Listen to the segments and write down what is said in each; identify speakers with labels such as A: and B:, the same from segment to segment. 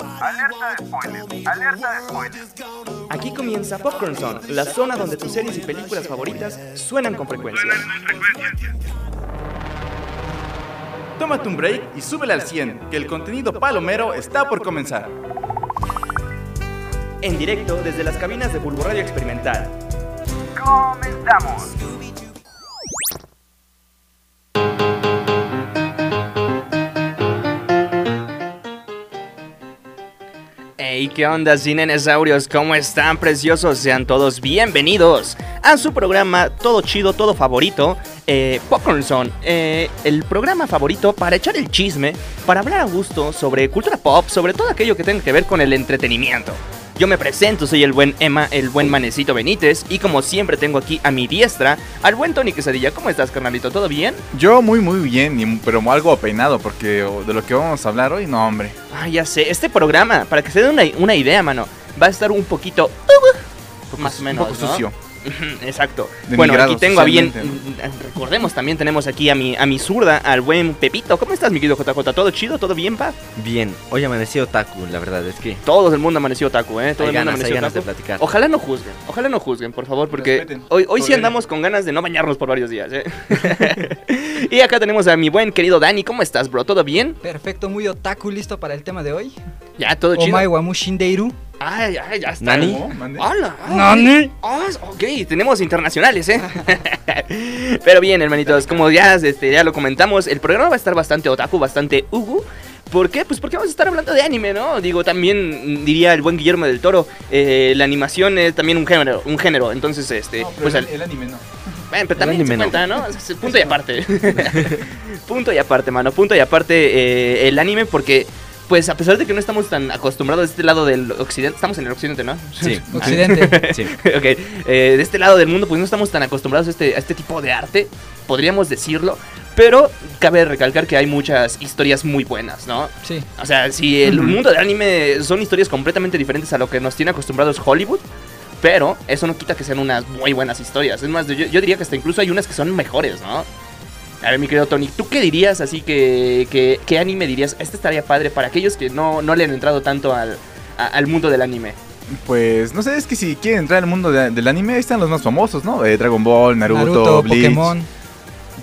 A: Alerta de spoiler, alerta de spoiler.
B: Aquí comienza Popcorn Zone, la zona donde tus series y películas favoritas suenan con frecuencia. Tómate un break y súbele al 100, que el contenido palomero está por comenzar. En directo desde las cabinas de Bulbo Radio Experimental.
A: Comenzamos.
B: Hey, ¿qué onda, cinenesaurios? ¿Cómo están, preciosos? Sean todos bienvenidos a su programa todo chido, todo favorito, eh, Popcorn Zone, eh, el programa favorito para echar el chisme, para hablar a gusto sobre cultura pop, sobre todo aquello que tenga que ver con el entretenimiento. Yo me presento, soy el buen Emma, el buen Manecito Benítez, y como siempre tengo aquí a mi diestra al buen Tony Quesadilla. ¿Cómo estás, carnalito? ¿Todo bien?
C: Yo muy muy bien, y- pero algo apenado porque o, de lo que vamos a hablar hoy, no hombre.
B: Ah, ya sé, este programa, para que se den una, una idea, mano, va a estar un poquito... más o menos,
C: un poco
B: ¿no?
C: sucio.
B: Ujú, Exacto.
C: Denigrado
B: Bueno, aquí tengo a bien.
C: socialmente,
B: Recordemos también, tenemos aquí a mi, a mi zurda, al buen Pepito. ¿Cómo estás, mi querido JJ? ¿Todo chido? ¿Todo bien, pa?
D: Bien, hoy amaneció Otaku, la verdad es que
B: Todo el mundo amaneció otaku, ¿eh? Todo
D: hay
B: el mundo
D: ganas, hay
B: amaneció
D: ganas de
B: otaku.
D: platicar.
B: Ojalá no juzguen, ojalá no juzguen, por favor, porque
C: Respeten.
B: hoy, hoy sí
C: Toleren.
B: andamos con ganas de no bañarnos por varios días, ¿eh? y acá tenemos a mi buen querido Dani. ¿Cómo estás, bro? ¿Todo bien?
E: Perfecto, muy otaku, listo para el tema de hoy.
B: ¿Ya? ¿Todo
C: Oh
B: chido?
E: Omai wa Shindeiru.
B: Ay, ay, ya está.
D: Nani.
C: ¿Cómo? Mande.
B: ¡Hola! Ah, ok, tenemos internacionales, ¿eh? Pero bien, hermanitos, como ya, este, ya lo comentamos, el programa va a estar bastante otaku, bastante ugu. ¿Por qué? Pues porque vamos a estar hablando de anime, ¿no? Digo, también mm, diría el buen Guillermo del Toro, eh, la animación es también un género, un género. Entonces, este,
C: No, pero
B: pues
C: el,
B: al-
C: el anime no.
B: bueno, pero también
D: anime
B: se
D: no.
B: cuenta, ¿no? Es- es Punto y aparte. punto y aparte, mano. Punto y aparte eh, el anime porque, pues a pesar de que no estamos tan acostumbrados de este lado del occidente, estamos en el occidente, ¿no?
D: Sí,
E: Occidente.
D: ah, sí.
B: Ok, eh, de este lado del mundo pues no estamos tan acostumbrados a este, a este tipo de arte, podríamos decirlo, pero cabe recalcar que hay muchas historias muy buenas, ¿no?
E: Sí.
B: O sea, si el mundo del anime son historias completamente diferentes a lo que nos tiene acostumbrados Hollywood, pero eso no quita que sean unas muy buenas historias. Es más, yo, yo diría que hasta incluso hay unas que son mejores, ¿no? A ver, mi querido Tony, ¿tú qué dirías así que, que qué anime dirías? Este estaría padre para aquellos que no, no le han entrado tanto al, a- al mundo del anime.
C: Pues no sé, es que si quieren entrar al mundo de- del anime, ahí están los más famosos, ¿no? Eh, Dragon Ball, Naruto,
E: Naruto,
C: Bleach.
E: Pokémon.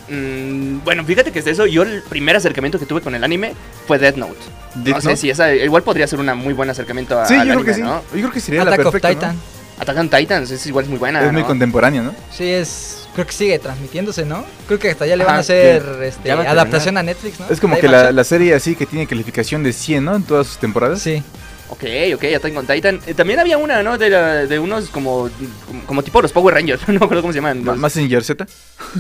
B: Mm, bueno, fíjate que es eso. Yo el primer acercamiento que tuve con el anime fue Death Note.
C: Death
B: no sé
C: Note.
B: si esa igual podría ser una muy buen acercamiento a,
C: Sí, yo
B: al
C: creo
B: anime,
C: que sí.
B: ¿no?
C: Yo creo que sería
E: Attack
C: la
E: of
C: perfecta. ¿no?
E: Titan.
B: Attack on Titans es igual es muy buena,
C: Es muy
B: ¿no?
C: contemporáneo, ¿no?
E: Sí, es. Creo que sigue transmitiéndose, ¿no? Creo que hasta ya le
B: Ajá,
E: van a hacer este,
D: Ya va a
E: adaptación a Netflix, ¿no?
C: Es como
E: Live
C: que la,
E: action.
C: la serie así que tiene calificación de 100, ¿no? En todas sus temporadas.
E: Sí.
B: Ok, ok, Attack on Titan. Eh, también había una, ¿no? De, la- de unos como, como, como tipo los Power Rangers, no me acuerdo cómo se llaman.
C: Ma-
B: los-
C: Mazinger Z.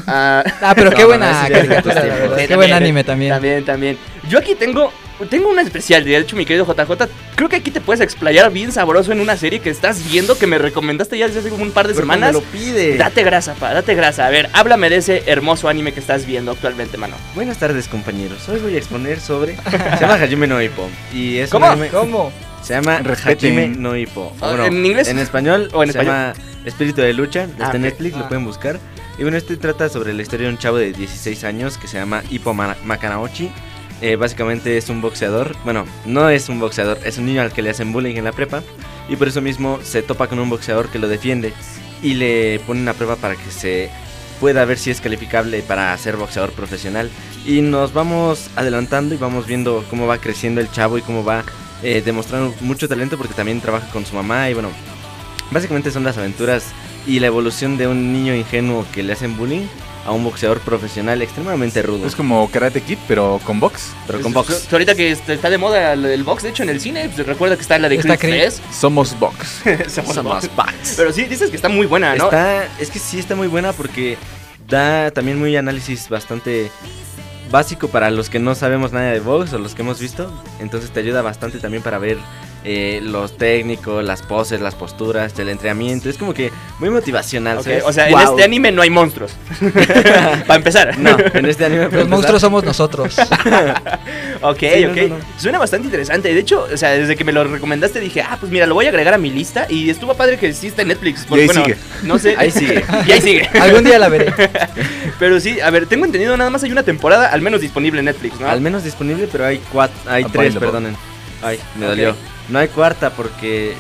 B: ah,
E: Ah, pero qué
D: No,
E: buena
D: no, ese ya es de otros
E: caricatura, la
D: tiempos.
E: verdad.
B: Sí,
E: Qué buen
B: también,
E: anime también.
B: También, también. Yo aquí tengo tengo una especial, de hecho, mi querido JJ. Creo que aquí te puedes explayar bien sabroso en una serie que estás viendo que me recomendaste ya desde hace como un par de semanas.
D: pide.
B: Date grasa, pa, date grasa. A ver, háblame de ese hermoso anime que estás viendo actualmente, mano.
D: Buenas tardes, compañeros. Hoy voy a exponer sobre. Se llama Hajime no Ippo. Y es un
B: ¿Cómo?
D: anime-
E: ¿Cómo?
D: Se llama
C: Respeten.
D: Hajime no Ippo.
B: Ah,
D: Bueno,
B: ¿en inglés?
D: En español.
B: ¿O en
D: se
B: español?
D: llama Espíritu de Lucha. Está
B: Ah,
D: en
B: ok.
D: Netflix,
E: Ah.
D: lo pueden buscar. Y bueno, este trata sobre la historia de un chavo de 16 años que se llama Ippo Ma- Makanaochi. Eh, básicamente es un boxeador. Bueno, no es un boxeador, es un niño al que le hacen bullying en la prepa. Y por eso mismo se topa con un boxeador que lo defiende. Y le pone una prueba para que se pueda ver si es calificable para ser boxeador profesional. Y nos vamos adelantando y vamos viendo cómo va creciendo el chavo y cómo va eh, demostrando mucho talento porque también trabaja con su mamá. Y bueno, básicamente son las aventuras y la evolución de un niño ingenuo que le hacen bullying a un boxeador profesional extremadamente rudo.
C: Es como Karate Kid, pero con box.
D: pero con box.
B: Pues, Ahorita que este- está de moda el, el box, de hecho, en el cine, pues, recuerda que está la de
E: Está
B: Creed
E: Creed.
B: 3.
C: Somos box.
B: Somos box.
D: box.
B: Pero sí, dices que está muy buena, ¿no?
D: Está, es que sí está muy buena porque da también muy análisis bastante básico para los que no sabemos nada de box o los que hemos visto. Entonces te ayuda bastante también para ver eh, los técnicos, las poses, las posturas, el entrenamiento. Es como que muy motivacional.
B: Ok,
D: ¿sabes?
B: O sea, en
C: Wow.
B: este anime no hay monstruos. Para empezar.
D: no, en este anime para
E: Los
D: empezar,
E: monstruos somos nosotros.
B: Ok,
D: Sí, no,
B: ok.
D: no, no.
B: Suena bastante interesante. De hecho, o sea, desde que me lo recomendaste dije, ah, pues mira, lo voy a agregar a mi lista. Y estuvo padre que existe en Netflix. porque,
C: ahí
B: bueno,
C: sigue.
B: No sé. Ahí sigue. y ahí sigue.
E: Algún día la veré.
B: Pero sí, a ver, tengo entendido, nada más hay una temporada, al menos disponible en Netflix, ¿no?
D: Al menos disponible, pero hay cuatro, hay tres,
C: Available.
D: perdonen. Ay, me
B: Ah, Ok.
D: dolió. No hay cuarta porque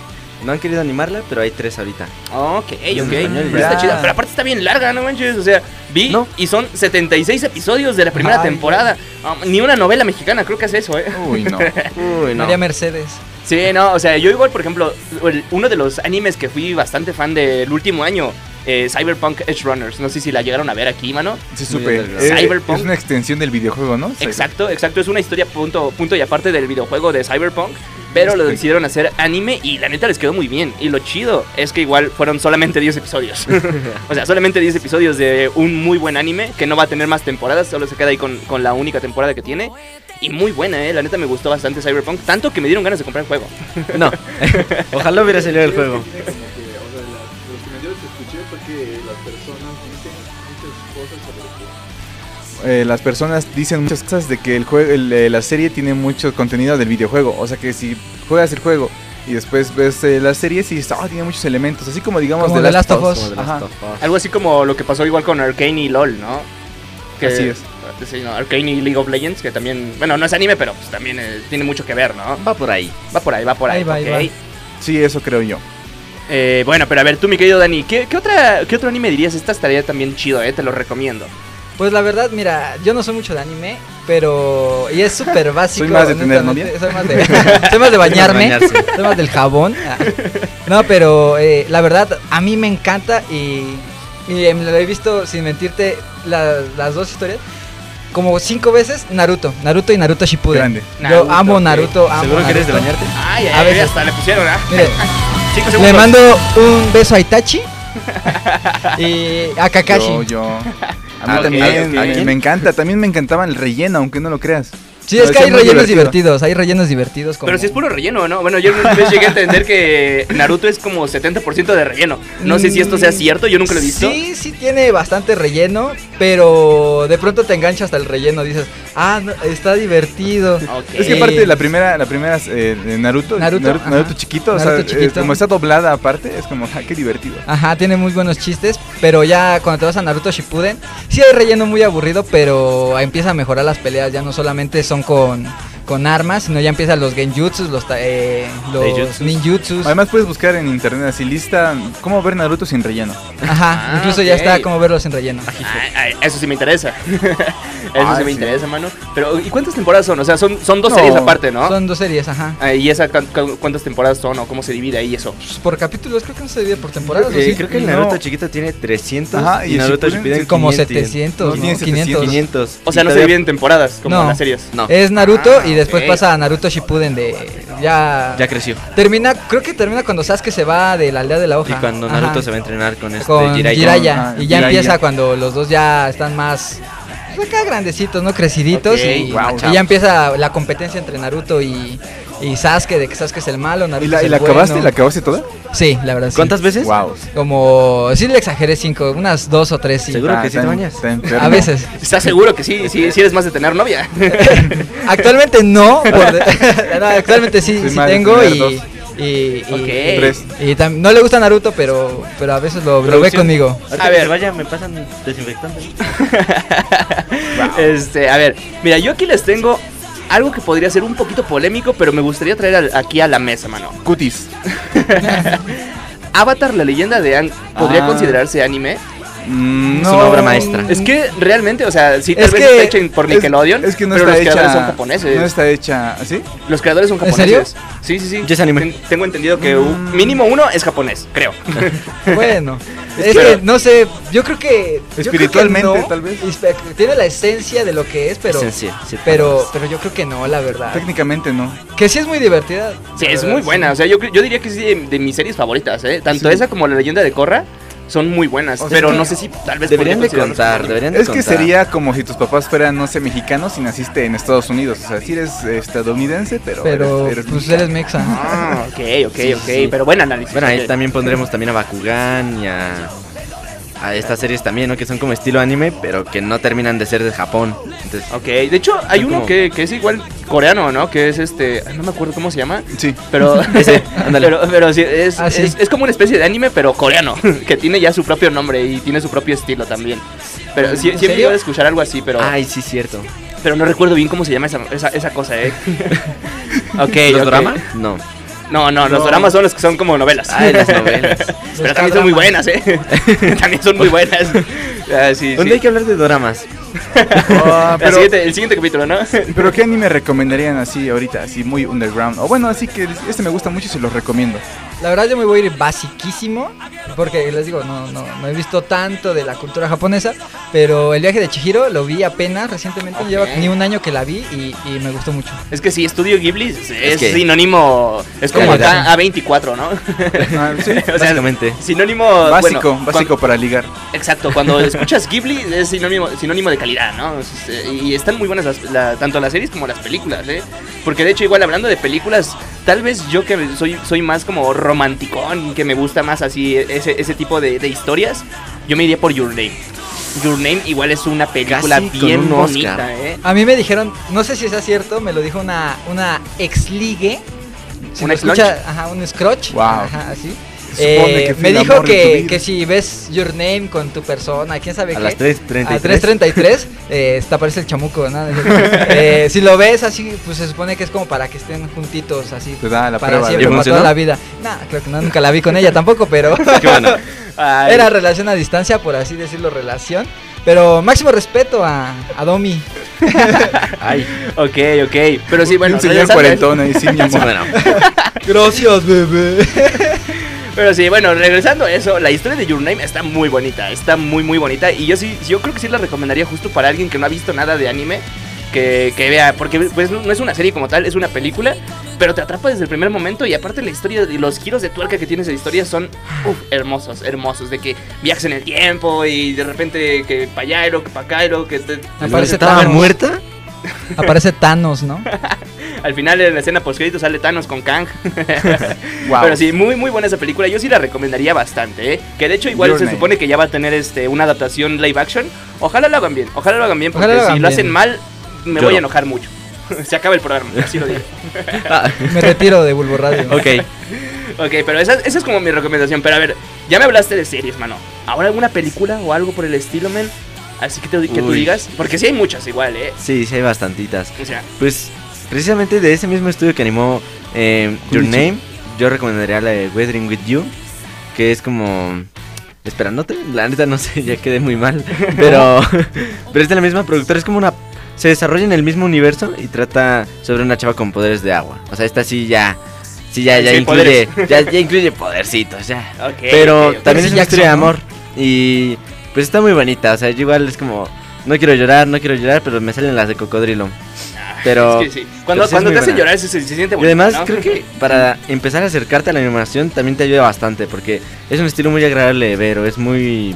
D: no han querido animarla, pero hay tres ahorita.
B: Ok, ok.
D: en español,
B: Pero está
E: ya.
B: chida. Pero aparte está bien larga, no manches. O sea, vi
D: No.
B: y son 76 episodios de la primera
E: Ay.
B: temporada. Ah, ni una novela mexicana, creo que es eso, ¿eh?
C: Uy, no.
D: Uy, no.
E: María Mercedes.
B: Sí, no, o sea, yo igual, por ejemplo, el- uno de los animes que fui bastante fan del último año, eh, Cyberpunk Edge Runners. No sé si la llegaron a ver aquí, mano.
C: Sí,
D: Muy
C: supe.
D: underground.
C: Eh,
B: Cyberpunk.
C: Es una extensión del videojuego, ¿no?
B: Exacto, exacto. Es una historia punto, punto y aparte del videojuego de Cyberpunk. Pero lo
C: Sí.
B: decidieron hacer anime y la neta les quedó muy bien. Y lo chido es que igual fueron solamente 10 episodios. o sea, solamente 10 episodios de un muy buen anime que no va a tener más temporadas, solo se queda ahí con, con la única temporada que tiene. Y muy buena, eh. La neta me gustó bastante Cyberpunk, tanto que me dieron ganas de comprar el juego.
D: No. Ojalá hubiera salido el juego.
F: los comentarios que escuché fue que las personas dicen muchas cosas sobre el juego.
C: Eh, las personas dicen muchas cosas de que el juego, el, eh, la serie tiene mucho contenido del videojuego. O sea que si juegas el juego y después ves eh, la serie, sí, está- ah, tiene muchos elementos. Así como digamos
E: Como
C: de
E: The Last of Us.
D: Como de
C: Ajá.
D: Last of Us.
B: Algo así como lo que pasó igual con Arcane y LOL, ¿no?
C: Así es.
B: Sí, no, Arcane y League of Legends, que también, bueno, no es anime, pero pues, también eh, tiene mucho que ver, ¿no?
D: Va por ahí.
B: Va por ahí, va por ahí.
E: Ahí va, ahí
B: ok.
E: va.
C: Sí, eso creo yo.
B: Eh, bueno, pero a ver, tú, mi querido Dani, ¿qué, qué otra, ¿qué otro anime dirías? Esta estaría también chido, ¿eh? Te lo recomiendo.
E: Pues la verdad, mira, yo no soy mucho de anime, pero. Y es súper básico.
C: Soy más de tener
E: honestamente.
C: novia.
E: Soy más de, soy más de bañarme.
D: Bañarse.
E: soy más del jabón. Ah. No, pero eh, la verdad, a mí me encanta y. Y em, lo he visto, sin mentirte, la- las dos historias. Como cinco veces Naruto. Naruto y Naruto Shippuden.
C: Grande.
E: Yo amo
B: ok.
E: Naruto. Amo
D: ¿Seguro que eres de
E: Naruto.
D: bañarte?
B: Ay,
E: A
B: a ver,
E: veces.
B: hasta le pusieron, ¿ah?
E: Mire,
B: Cinco
E: le
B: segundos.
E: mando un beso a Itachi. y a Kakashi.
C: Yo, yo. A mí
B: Ah, ok,
C: también
B: ok.
C: me- me encanta. También me encantaba el relleno, aunque no lo creas.
E: Sí, es
C: Pero
E: que
C: sí
E: hay
C: es muy
E: rellenos
C: divertido.
E: divertidos, hay rellenos divertidos. Como...
B: Pero si es puro relleno, ¿no? Bueno, yo una vez llegué a entender que Naruto es como 70% de relleno. No sé si esto sea cierto, yo nunca lo he visto.
E: Sí, sí tiene bastante relleno, pero de pronto te engancha hasta el relleno, dices, ah, no, está divertido.
B: Ok.
C: Es que
E: Eh,
C: aparte de la primera, la primera eh, de Naruto,
E: Naruto,
C: Naruto, Naruto,
E: ajá.
C: chiquito, o
E: Naruto
C: sea, eh,
E: chiquito.
C: como está doblada aparte, es como, ah, qué divertido.
E: Ajá, tiene muy buenos chistes, pero ya cuando te vas a Naruto Shippuden, sí hay relleno muy aburrido, pero empieza a mejorar las peleas, ya no solamente son con, con armas, sino ya empiezan los genjutsus, los, ta- eh, los
D: Taijutsus.
E: ninjutsus.
C: Además puedes buscar en internet así lista cómo ver Naruto sin relleno.
E: Ajá,
B: Ah,
E: incluso ya
B: ok.
E: está como verlos en relleno.
B: Ay, ay, Ah, eso sí me interesa. eso
C: Ah,
B: sí me
C: sí.
B: interesa, mano. Pero, ¿y cuántas temporadas son? O sea, son, son dos
C: No,
B: series aparte, ¿no?
E: Son dos series, ajá.
B: Ah, ¿Y esa cu- cu- cuántas temporadas son o cómo se divide ahí eso?
E: Pues por capítulos, creo que no se divide por temporadas. ¿o
D: Eh,
E: sí?
D: creo que el
C: No.
D: Naruto chiquito tiene 300
C: Ajá,
D: y,
C: y el
D: Naruto
C: Shippuden
D: Shippuden
E: Como
D: 500.
E: 700,
C: No,
E: ¿no? 500.
D: 500.
B: O sea,
D: Y
B: no se
D: todavía-
B: divide en temporadas como
E: No.
B: las series.
D: No,
E: Es Naruto
B: Ah,
E: y después
B: ok.
E: pasa a Naruto Shippuden de ya,
D: ya creció.
E: termina, creo que termina cuando Sasuke se va de la aldea de la
D: Y
E: hoja.
D: cuando
E: Ajá.
D: Naruto se va a entrenar con este
E: con Jiraiya,
D: Jiraiya.
C: Ah,
E: y ya
C: Jiraiya.
E: empieza cuando los dos ya están más pues, acá grandecitos, no creciditos
B: Ok,
E: y,
C: wow.
E: y ya empieza la competencia entre Naruto y, y Sasuke de que Sasuke es el malo, Naruto
C: ¿Y la,
E: es
C: y
E: el
C: la
E: bueno.
C: acabaste? ¿La acabaste toda?
E: Sí, la verdad sí.
D: ¿Cuántas veces?
C: Wow.
E: Como sí le exageré cinco, unas dos o tres sí.
D: Seguro. que sí te
C: Ah, está en-
D: bañas.
C: está enfermo.
E: A veces.
B: ¿Estás seguro que sí, sí, sí eres más de tener novia?
E: Actualmente no, por- no, actualmente sí,
C: Soy
E: sí
C: más de
E: tengo
C: tener
E: y,
C: dos.
E: y, y-
B: Ok.
C: Tres.
E: y tam- no le gusta Naruto, pero pero a veces lo, lo ve
D: Producción.
E: conmigo.
D: Ahorita
B: A
D: que
B: ver.
D: se vaya, me pasan desinfectante.
B: Este, a ver, mira, yo aquí les tengo algo que podría ser un poquito polémico, pero me gustaría traer al- aquí a la mesa, mano.
C: Cutis.
B: Avatar, la leyenda de Ang, ¿podría
C: Ah.
B: considerarse anime?
C: Mm,
D: Es una obra maestra.
B: Es que realmente, o sea, sí, tal
E: Es
B: vez
E: que-
B: está hecha en- por
C: Es-
B: Nickelodeon,
C: Es, que no
B: pero
C: está
B: los creadores
C: hecha.
B: son japoneses.
C: No está hecha. ¿ah, ¿Sí?
B: Los creadores son
E: ¿En
B: japoneses. Sí, sí, sí.
D: Ya es anime.
B: Ten- tengo entendido que un- mínimo uno es japonés, creo.
E: Bueno, es
B: Pero-
E: que no sé, yo creo que yo creo que
C: Espiritualmente, tal vez.
E: Espe- Tiene la esencia de lo que es, pero
D: Esencia, sí,
E: pero pero yo creo que no, la verdad.
C: Técnicamente no.
E: Que sí es muy divertida.
B: Sí,
E: la
B: es
E: verdad,
B: muy
E: sí.
B: buena. O sea, yo, cre- yo diría que es de, de mis series favoritas, ¿eh? Tanto
C: Sí.
B: esa como la leyenda de Korra son muy buenas.
C: O sea,
B: pero
C: es que
B: no sé si tal vez
D: Deberían de
B: podría considerarlos
D: contar, deberían de
C: Es que
D: contar.
C: sería como si tus papás fueran, no sé, mexicanos y naciste en Estados Unidos. O sea, sí eres eh, estadounidense, pero.
E: Pero
C: eres- eres
E: pues
C: mexicano.
E: eres mexa.
B: Ah, ok, ok, ok.
D: sí, sí.
B: Pero buen análisis. eh.
D: Bueno, ahí
B: ok.
D: también pondremos también a Bakugan y a... a estas series también, ¿no? Que son como estilo anime, pero que no terminan de ser de Japón. Entonces,
B: Ok, de hecho hay
D: Son
B: uno
D: como-
B: que, que es igual coreano, ¿no? Que es este, ay, no me acuerdo cómo se llama,
C: Sí.
B: pero
D: Ese, ándale.
B: pero, pero sí, es,
E: Ah, sí.
B: es- es como una especie de anime, pero coreano, que tiene ya su propio nombre y tiene su propio estilo también. Pero sí,
E: ¿En
B: siempre
E: serio?
B: iba a escuchar algo así, pero,
D: Ay, sí, cierto.
B: pero no recuerdo bien cómo se llama esa, esa, esa cosa, ¿eh? ok,
D: ¿Los
B: ok.
D: dramas? No.
B: No, no, los
E: No.
B: dramas son los que son como novelas.
D: Ay, las novelas.
B: pero también son muy buenas, ¿eh? también son muy buenas. Ah, sí,
D: Un
B: sí.
D: día hay que hablar de doramas.
C: Ah,
B: La
C: pero,
B: siguiente- el siguiente capítulo, ¿no?
C: pero ¿qué anime recomendarían así ahorita? Así muy underground. O bueno, así que este me gusta mucho y se los recomiendo.
E: La verdad yo me voy a ir basiquísimo, porque les digo, no, no, no he visto tanto de la cultura japonesa, pero el viaje de Chihiro lo vi apenas recientemente, no lleva
B: Ok.
E: ni un año que la vi y, y me gustó mucho.
B: Es que sí, Estudio Ghibli es, es
D: que-
B: sinónimo. Es como
E: Calidad.
B: acá A24, ¿no?
C: Ah, sí.
B: O sea,
D: Básicamente.
B: sinónimo.
C: Básico,
B: bueno,
C: básico para ligar.
B: cuan- exacto, cuando escuchas Ghibli es sinónimo, sinónimo de calidad, ¿no? Es- es- Y están muy buenas las- la- tanto las series como las películas, ¿eh? Porque de hecho, igual hablando de películas, tal vez yo que soy, soy más como romanticón, que me gusta más así ese, ese tipo de, de historias, yo me iría por Your Name. Your Name igual es una película
D: Casi con
B: bien
D: un Oscar.
B: bonita, ¿eh?
E: A mí me dijeron, no sé si sea cierto, me lo dijo una, una ex ligue. Si
B: ¿Una
E: me
B: ex-lunch?
E: escucha, ajá, un scrotch.
C: Wow.
E: Ajá, así.
C: Supone
E: Eh,
C: que fui
E: me
C: el
E: dijo
C: amor de tu
E: que,
C: vida.
E: que si ves Your Name con tu persona, quién sabe
D: A
E: qué.
D: las 3.33.
E: A 3.33, eh, está- parece el chamuco, ¿no? Eh, si lo ves así, pues se supone que es como para que estén juntitos, así.
C: Te da la
E: para
C: prueba.
E: siempre,
D: ¿Y
E: para toda
D: funcionó?
E: la vida. Nah, creo que no, nunca la vi con ella tampoco, pero
D: Qué bueno.
B: Ay.
E: era relación a distancia, por así decirlo, relación. Pero máximo respeto a, a Domi.
D: Ay,
B: Ok, ok. Pero sí, bueno,
C: un señor
B: regresando a-
C: cuarentón ahí, sí, mi
D: sí,
C: amor.
D: bueno.
E: Gracias, bebé.
B: Pero sí, bueno, regresando a eso, la historia de Your Name está muy bonita, está muy muy bonita y yo sí, yo creo que sí la recomendaría justo para alguien que no ha visto nada de anime. Que, que vea, porque pues no no es una serie como tal, es una película, pero te atrapa desde el primer momento y aparte la historia y los giros de tuerca que tiene esa historia son uf, hermosos, hermosos, de que viajes en el tiempo y de repente que para allá y luego que para acá y luego que te-
E: Aparece
D: ¿Estaba
E: Thanos.
D: muerta?
E: Aparece Thanos, ¿no?
B: al final en la escena post sale Thanos con Kang.
C: Wow.
B: Pero sí, muy muy buena esa película. Yo sí la recomendaría bastante, ¿eh? Que de hecho igual
C: Your
B: se
C: Name.
B: supone que ya va a tener este una adaptación live action. Ojalá lo hagan bien. Ojalá lo hagan bien porque
E: Ojalá lo
B: si
E: hagan
B: lo
E: bien.
B: hacen mal me
D: Yo
B: voy a
D: no.
B: enojar mucho. se acaba el programa, así lo digo.
D: Ah,
E: Me retiro de Bulbo Radio.
D: ok.
B: ok, pero esa, esa es como mi recomendación. Pero a ver, ya me hablaste de series, mano. ¿Ahora alguna película o algo por el estilo, men? Así que, te, que tú
D: Uy.
B: digas. Porque sí hay muchas igual, ¿eh?
D: Sí, sí hay bastantitas.
B: O sea,
D: Pues precisamente de ese mismo estudio que animó eh, Your Name, yo recomendaría la de Weathering with You, que es como espera, no te, la neta no sé, ya quedé muy mal, pero pero es de la misma productora, es como una se desarrolla en el mismo universo y trata sobre una chava con poderes de agua. O sea, esta sí ya sí ya
B: Sí,
D: ya
B: hay
D: incluye ya, ya incluye podercitos, ya.
B: ok.
D: Pero
B: ok, ok.
D: también es
E: Percy
D: una historia de
E: Jackson, ¿no?
D: amor. Y pues está muy bonita. O sea, yo igual es como, no quiero llorar, no quiero llorar, pero me salen las de cocodrilo. Pero...
B: Ah, Es que sí. Cuando,
D: pero sí es
B: cuando
D: muy
B: te hacen
D: buena.
B: llorar se, se- se siente
D: Y
B: bonito.
D: además
B: ¿no?
D: creo que para empezar a acercarte a la animación también te ayuda bastante porque es un estilo muy agradable de ver o es muy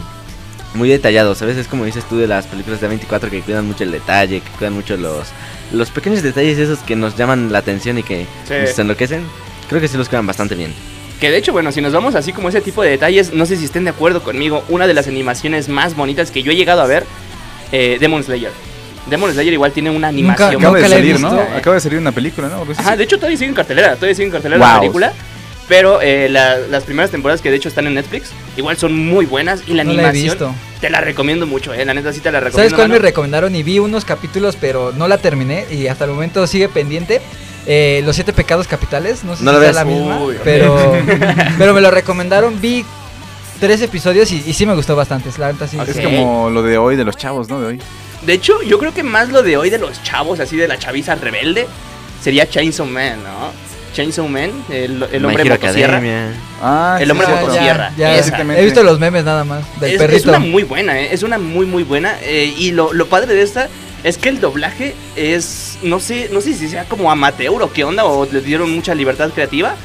D: muy detallado, ¿sabes? Es como dices tú de las películas de 24 que cuidan mucho el detalle, que cuidan mucho los los pequeños detalles esos que nos llaman la atención y que
B: Sí.
D: nos enloquecen. Creo que sí los cuidan bastante bien.
B: Que de hecho, bueno, si nos vamos así como ese tipo de detalles, no sé si estén de acuerdo conmigo, una de las animaciones más bonitas que yo he llegado a ver, eh, Demon Slayer. Demon Slayer igual tiene una animación.
E: Yo
C: Acaba de
E: nunca la he
C: salir, ¿no?
E: visto, eh.
C: Acaba de salir una película, ¿no? Pues
B: Ajá, de hecho todavía sigue en cartelera, todavía sigue en cartelera la
C: Wow.
B: película. Pero eh, la- las primeras temporadas que de hecho están en Netflix, igual son muy buenas y la
E: no la he
B: animación
E: visto.
B: te la recomiendo mucho, eh, la neta sí te la recomiendo.
E: ¿Sabes cuál me
B: mano.
E: recomendaron? Y vi unos capítulos, pero no la terminé y hasta el momento sigue pendiente. Eh, los siete pecados capitales, no sé
D: No
E: si
D: la
E: sea
D: veas.
E: la misma,
B: Uy, ok.
E: pero, pero me lo recomendaron, vi tres episodios y, y sí me gustó bastante, la verdad sí.
B: Ok.
C: Es como lo de hoy de los chavos, ¿no? De hoy.
B: De hecho, yo creo que más lo de hoy de los chavos, así de la chaviza rebelde, sería Chainsaw Man, ¿no? Chainsaw Man, el, el
D: My
B: hombre
D: Hero
B: motosierra.
D: Academia.
C: Ah,
B: El hombre
E: Ya,
C: cierto.
B: motosierra,
E: ya,
B: esa.
E: He visto los memes nada más del
B: es,
E: perrito.
B: es una muy buena, ¿eh? es una muy muy buena. eh, y lo, lo padre de esta es que el doblaje es, no sé, no sé si sea como amateur o qué onda, o le dieron mucha libertad creativa.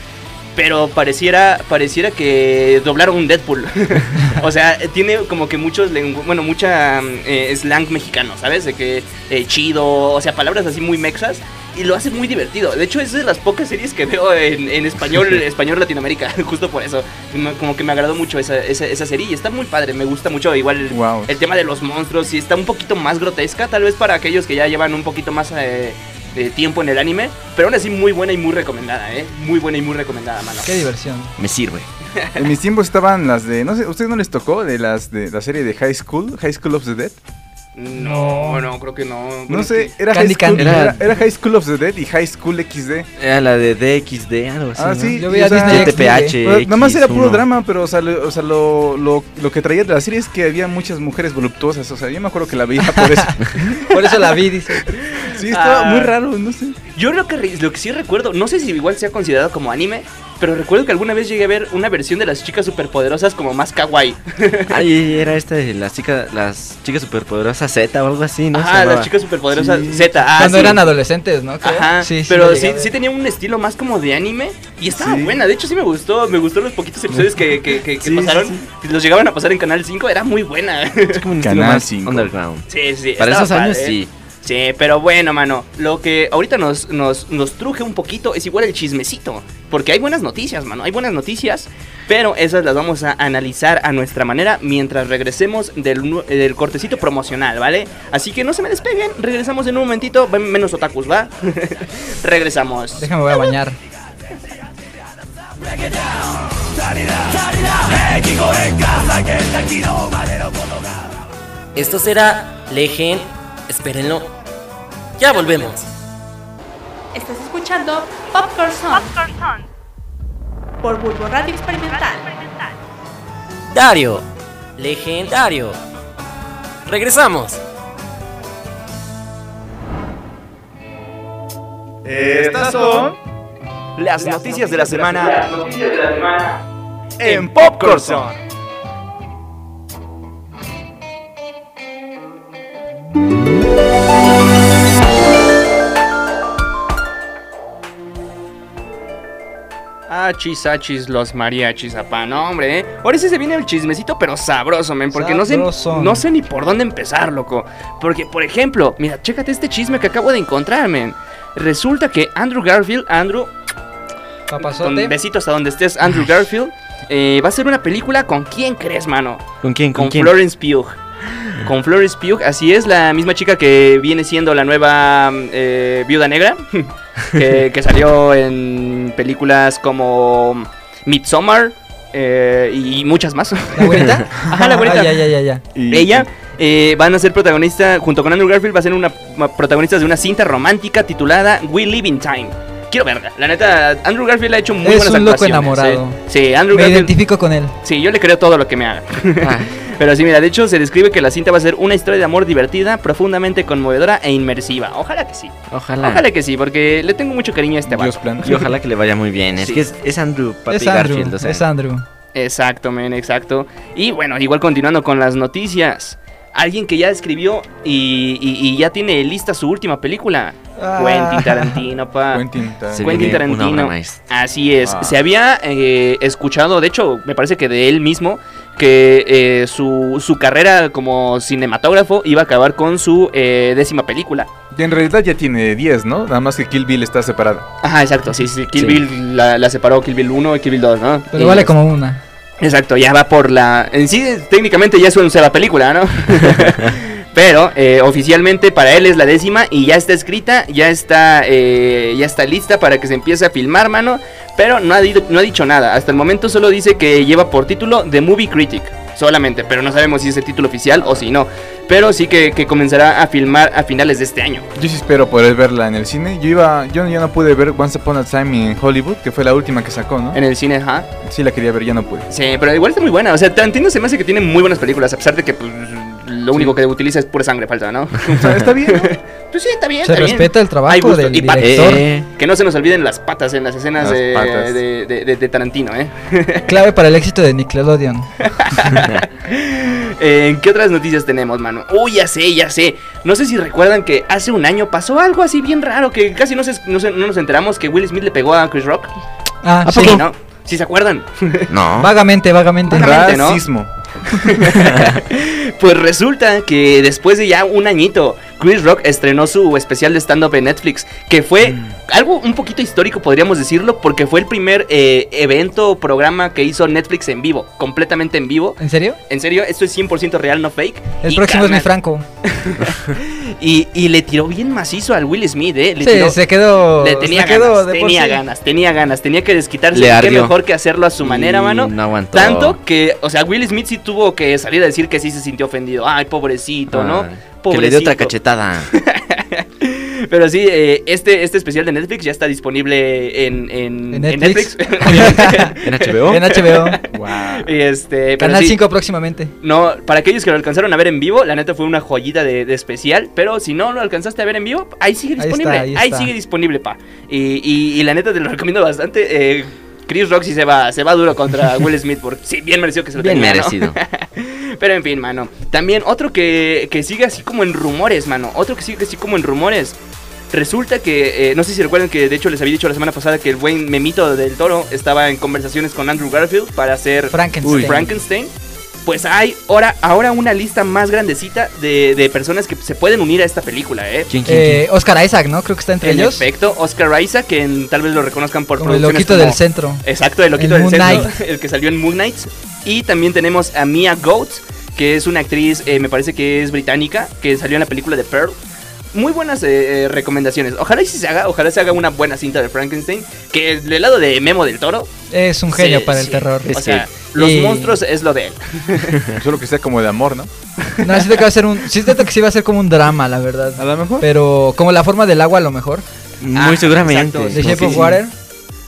B: Pero pareciera, pareciera que doblaron un Deadpool. o sea, tiene como que muchos, lengu- bueno, mucha mm, eh, slang mexicano, ¿sabes? De que eh, chido, o sea, palabras así muy mexas. y lo hace muy divertido. De hecho, es de las pocas series que veo en, en español, en español Latinoamérica, justo por eso. Me- Como que me agradó mucho esa, esa, esa serie y está muy padre, me gusta mucho. Igual el,
C: Wow.
B: el tema de los monstruos y está un poquito más grotesca, tal vez para aquellos que ya llevan un poquito más eh, de tiempo en el anime, pero aún así muy buena y muy recomendada, ¿eh? Muy buena y muy recomendada, mano.
E: Qué diversión.
D: Me sirve.
C: En mis tiempos estaban las de, no sé, ¿ustedes no les tocó de las de la serie de High School, High School of the Dead?
B: No, no, creo que no. Bueno,
C: No
B: es
C: sé,
B: que-
C: era High
E: Candy
C: School,
E: Candy.
C: era- era High School of the Dead y High School XD.
D: Era la de DXD, algo así.
C: Ah,
D: ¿no?
C: sí.
E: Yo veía
C: o sea,
E: Disney XD.
D: TPH.
C: Pero Nada más era puro
D: X1.
C: drama, pero o sea, lo, o sea, lo, lo- lo que traía de la serie es que había muchas mujeres voluptuosas. O sea, yo me acuerdo que la veía por eso.
E: Por eso la vi, dice.
C: Sí, estaba
B: Ah.
C: muy raro, no sé.
B: Yo lo que, re- lo que sí recuerdo, no sé si igual sea considerado como anime, pero recuerdo que alguna vez llegué a ver una versión de las chicas superpoderosas como más kawaii.
D: Ay, era esta de las chicas, las chicas superpoderosas Z o algo así, ¿no? Se
B: Ajá,
D: llamaba.
B: las chicas superpoderosas
C: Sí.
B: Z. Ah,
E: Cuando
B: sí.
E: eran adolescentes, ¿no? Creo.
D: ¿eh?
B: Ajá,
E: Sí, sí
B: pero
E: lo
B: sí,
E: llegué a
B: sí
E: ver.
B: tenía un estilo más como de anime y estaba
C: Sí.
B: buena. De hecho, sí me gustó, me gustó los poquitos episodios que, que- que- que
D: Sí, sí,
B: pasaron. Los llegaban a pasar en Canal 5, era muy buena.
D: Es como un estilo
C: Canal
D: más
C: 5.
D: underground.
B: sí, sí.
D: Para
B: estaba
D: esos años
B: padre. ¿eh?
D: sí.
B: Sí, pero bueno, mano, lo que ahorita nos, nos, nos truje un poquito es igual el chismecito, porque hay buenas noticias, mano, hay buenas noticias, pero esas las vamos a analizar a nuestra manera mientras regresemos del, nu- eh, del cortecito promocional, ¿vale? Así que no se me despeguen, regresamos en un momentito, ven- menos otakus, ¿va? regresamos.
E: Déjame, voy a bañar.
G: Esto será Legend. Espérenlo. Ya volvemos.
H: Estás escuchando Popcorn Song por Bulbo Radio Experimental.
G: Dario. Legendario. Regresamos.
C: Eh, Estas son
B: Las noticias de la semana
C: en Popcorn
B: Achis, achis, los mariachis, apá, no, hombre, ¿eh? Ahora sí se viene el chismecito, pero sabroso, men, porque no sé,
E: Sabroso.
B: no sé ni por dónde empezar, loco. Porque, por ejemplo, mira, chécate este chisme que acabo de encontrar, men. Resulta que Andrew Garfield, Andrew, con
E: Papazote.
B: besito hasta donde estés, Andrew Garfield, eh, va a hacer una película con quién crees, mano?
D: ¿Con quién? ¿Con,
B: Con
D: quién?
B: Florence Pugh. Con Florence Pugh, así es, la misma chica que viene siendo la nueva mm, eh, viuda negra, que, que salió en películas como Midsommar eh, y muchas más.
E: ¿La abuelita?
B: Ajá, la abuelita.
E: Ah, ya, ya, ya, ya.
C: Y-
B: Ella eh, van a ser protagonista, junto con Andrew Garfield, va a ser una ma- protagonista de una cinta romántica titulada We Live in Time. Quiero verla. La neta, Andrew Garfield ha hecho muy
E: Es
B: buenas
E: un loco
B: actuaciones. ¿eh?
E: enamorado.
B: Sí, Andrew
E: Me
B: Garfield.
E: identifico con él.
B: Sí, yo le creo todo lo que me haga. Pero sí, mira, de hecho se describe que la cinta va a ser una historia de amor divertida, profundamente conmovedora e inmersiva. Ojalá que sí.
D: Ojalá.
B: Ojalá que sí, porque le tengo mucho cariño a este
C: Dios
B: vato.
C: plan.
D: Y ojalá que le vaya muy bien. Es
B: Sí.
D: que es, es Andrew Papi
E: es Andrew.
D: Garfield, o sea.
E: Es Andrew.
B: Exacto, men, exacto. Y bueno, igual continuando con las noticias. Alguien que ya escribió y, y- y ya tiene lista su última película.
E: Ah.
B: Quentin Tarantino, pa.
C: Quentin Tarantino.
D: se
B: Quentin
D: viene una
B: Tarantino.
D: obra maestra.
B: Así es.
C: Ah.
B: Se había eh, escuchado, de hecho, me parece que de él mismo, que eh, su, su carrera como cinematógrafo iba a acabar con su eh, décima película.
C: Y en realidad ya tiene 10, ¿no? Nada más que Kill Bill está separada.
B: Ajá, exacto, sí, sí. Kill
D: Sí.
B: Bill la, la separó Kill Bill 1 y Kill Bill 2, ¿no?
E: Pero
B: Y-
E: vale como una.
B: Exacto, ya va por la... En sí, técnicamente ya es una sola película, ¿no? Pero eh, oficialmente para él es la décima y ya está escrita, ya está, eh, ya está lista para que se empiece a filmar, mano. Pero no ha, dicho, no ha dicho nada. Hasta el momento solo dice que lleva por título The Movie Critic. Solamente, pero no sabemos si es el título oficial o si no. Pero sí que, que comenzará a filmar a finales de este año.
C: Yo sí espero poder verla en el cine. Yo iba, yo ya no pude ver Once Upon a Time en Hollywood, que fue la última que sacó, ¿no?
B: En el cine, ajá.
C: Sí la quería ver, ya no pude.
B: Sí, pero igual está muy buena. O sea, Tarantino se me hace que tiene muy buenas películas, a pesar de que pues, lo único que utiliza es pura sangre falta, ¿no?
C: O sea, está bien, ¿no?
B: Pues sí, está bien,
E: Se
B: está bien.
E: respeta el
B: Hay
E: trabajo
B: gusto.
E: del
B: Y pa-
E: director.
D: Eh,
B: Que no se nos olviden las patas en las escenas
C: Las
B: de,
C: patas.
B: de- de- de- de Tarantino, ¿eh?
E: Clave para el éxito de Nickelodeon.
B: ¿En Eh, ¿Qué otras noticias tenemos, mano? Uy, ya sé, ya sé. No sé si recuerdan que hace un año pasó algo así bien raro que casi no, se- no se- no nos enteramos que Will Smith le pegó a Chris Rock.
E: Ah, sí.
B: Sí, ¿no? ¿Sí se acuerdan?
D: no.
E: Vagamente, vagamente.
B: Vagamente, ¿no?
C: Racismo.
B: Pues resulta que después de ya un añito, Chris Rock estrenó su especial de stand-up en Netflix, que fue
E: Mm.
B: algo un poquito histórico, podríamos decirlo, porque fue el primer eh, evento o programa que hizo Netflix en vivo, completamente en vivo.
E: ¿En serio?
B: En serio, esto es 100% real, no fake.
E: El
B: Y
E: próximo es mi
B: carnal,
E: Franco.
B: Y, y le tiró bien macizo al Will Smith, ¿eh? Le
E: Sí,
B: tiró-
E: se quedó.
B: le tenía
E: se quedó
B: ganas,
E: de por
B: tenía
E: sí.
B: ganas, tenía ganas, tenía que desquitarse.
D: Le
B: y qué
D: ardió.
B: mejor que hacerlo a su manera,
D: Y
B: mano.
D: No aguantó.
B: Tanto que, o sea, Will Smith sí tuvo que salir a decir que sí se sintió ofendido. Ay, pobrecito, ¿no?
D: Ay, Ah. Que le dio otra cachetada.
B: Pero sí, eh, este, este especial de Netflix ya está disponible en, en,
E: En
B: en
E: Netflix.
B: Netflix. obviamente.
D: ¿En HBO?
E: En HBO.
B: Y este, pero
E: Canal
B: sí,
E: 5 próximamente.
B: No, para aquellos que lo alcanzaron a ver en vivo, la neta fue una joyita de, de especial. Pero si no lo alcanzaste a ver en vivo, ahí sigue
E: Ahí
B: disponible.
E: está,
B: ahí
E: ahí está.
B: sigue disponible, pa. Y, y- y la neta te lo recomiendo bastante. eh, Chris Rock sí se va, se va duro contra Will Smith porque sí, bien mereció que se lo
D: Bien
B: tenga, ¿no?
D: merecido.
B: Pero en fin, mano. También otro que, que sigue así como en rumores, mano. Otro que sigue así como en rumores. Resulta que, eh, no sé si recuerdan que de hecho les había dicho la semana pasada que el buen memito del toro estaba en conversaciones con Andrew Garfield para hacer
E: Frankenstein.
B: Uy, Frankenstein. Pues hay ahora, ahora una lista más grandecita de, de personas que se pueden unir a esta película, ¿eh?
D: ¿Quién, quién,
E: Eh, Oscar Isaac, ¿no? Creo que está entre
B: En
E: ellos.
B: efecto, Oscar Isaac, que en- tal vez lo reconozcan por
E: Como el
B: producciones
E: loquito
B: como-
E: del centro.
B: Exacto, el loquito
E: El
B: del
E: Moon
B: centro, el que salió en Moon Knight. Y también tenemos a Mia Goat, que es una actriz, eh, me parece que es británica, que salió en la película de Pearl. Muy buenas eh, eh, recomendaciones. Ojalá y si se haga, ojalá se haga una buena cinta de Frankenstein. Que del lado de Memo del Toro.
E: Es un genio
B: se-
E: para el
B: sí,
E: terror.
B: O sea,
E: que-
B: los
E: y-
B: monstruos es lo de él.
C: Solo que sea como de amor, ¿no?
E: No, siento que va a ser un. Sí, siento que sí va a ser como un drama, la verdad.
C: A lo mejor.
E: Pero como la forma del agua, a lo mejor.
D: Muy
B: Ah,
D: seguramente.
B: exacto,
E: The
B: sí,
E: Shape
B: sí,
E: of
B: sí.
E: Water.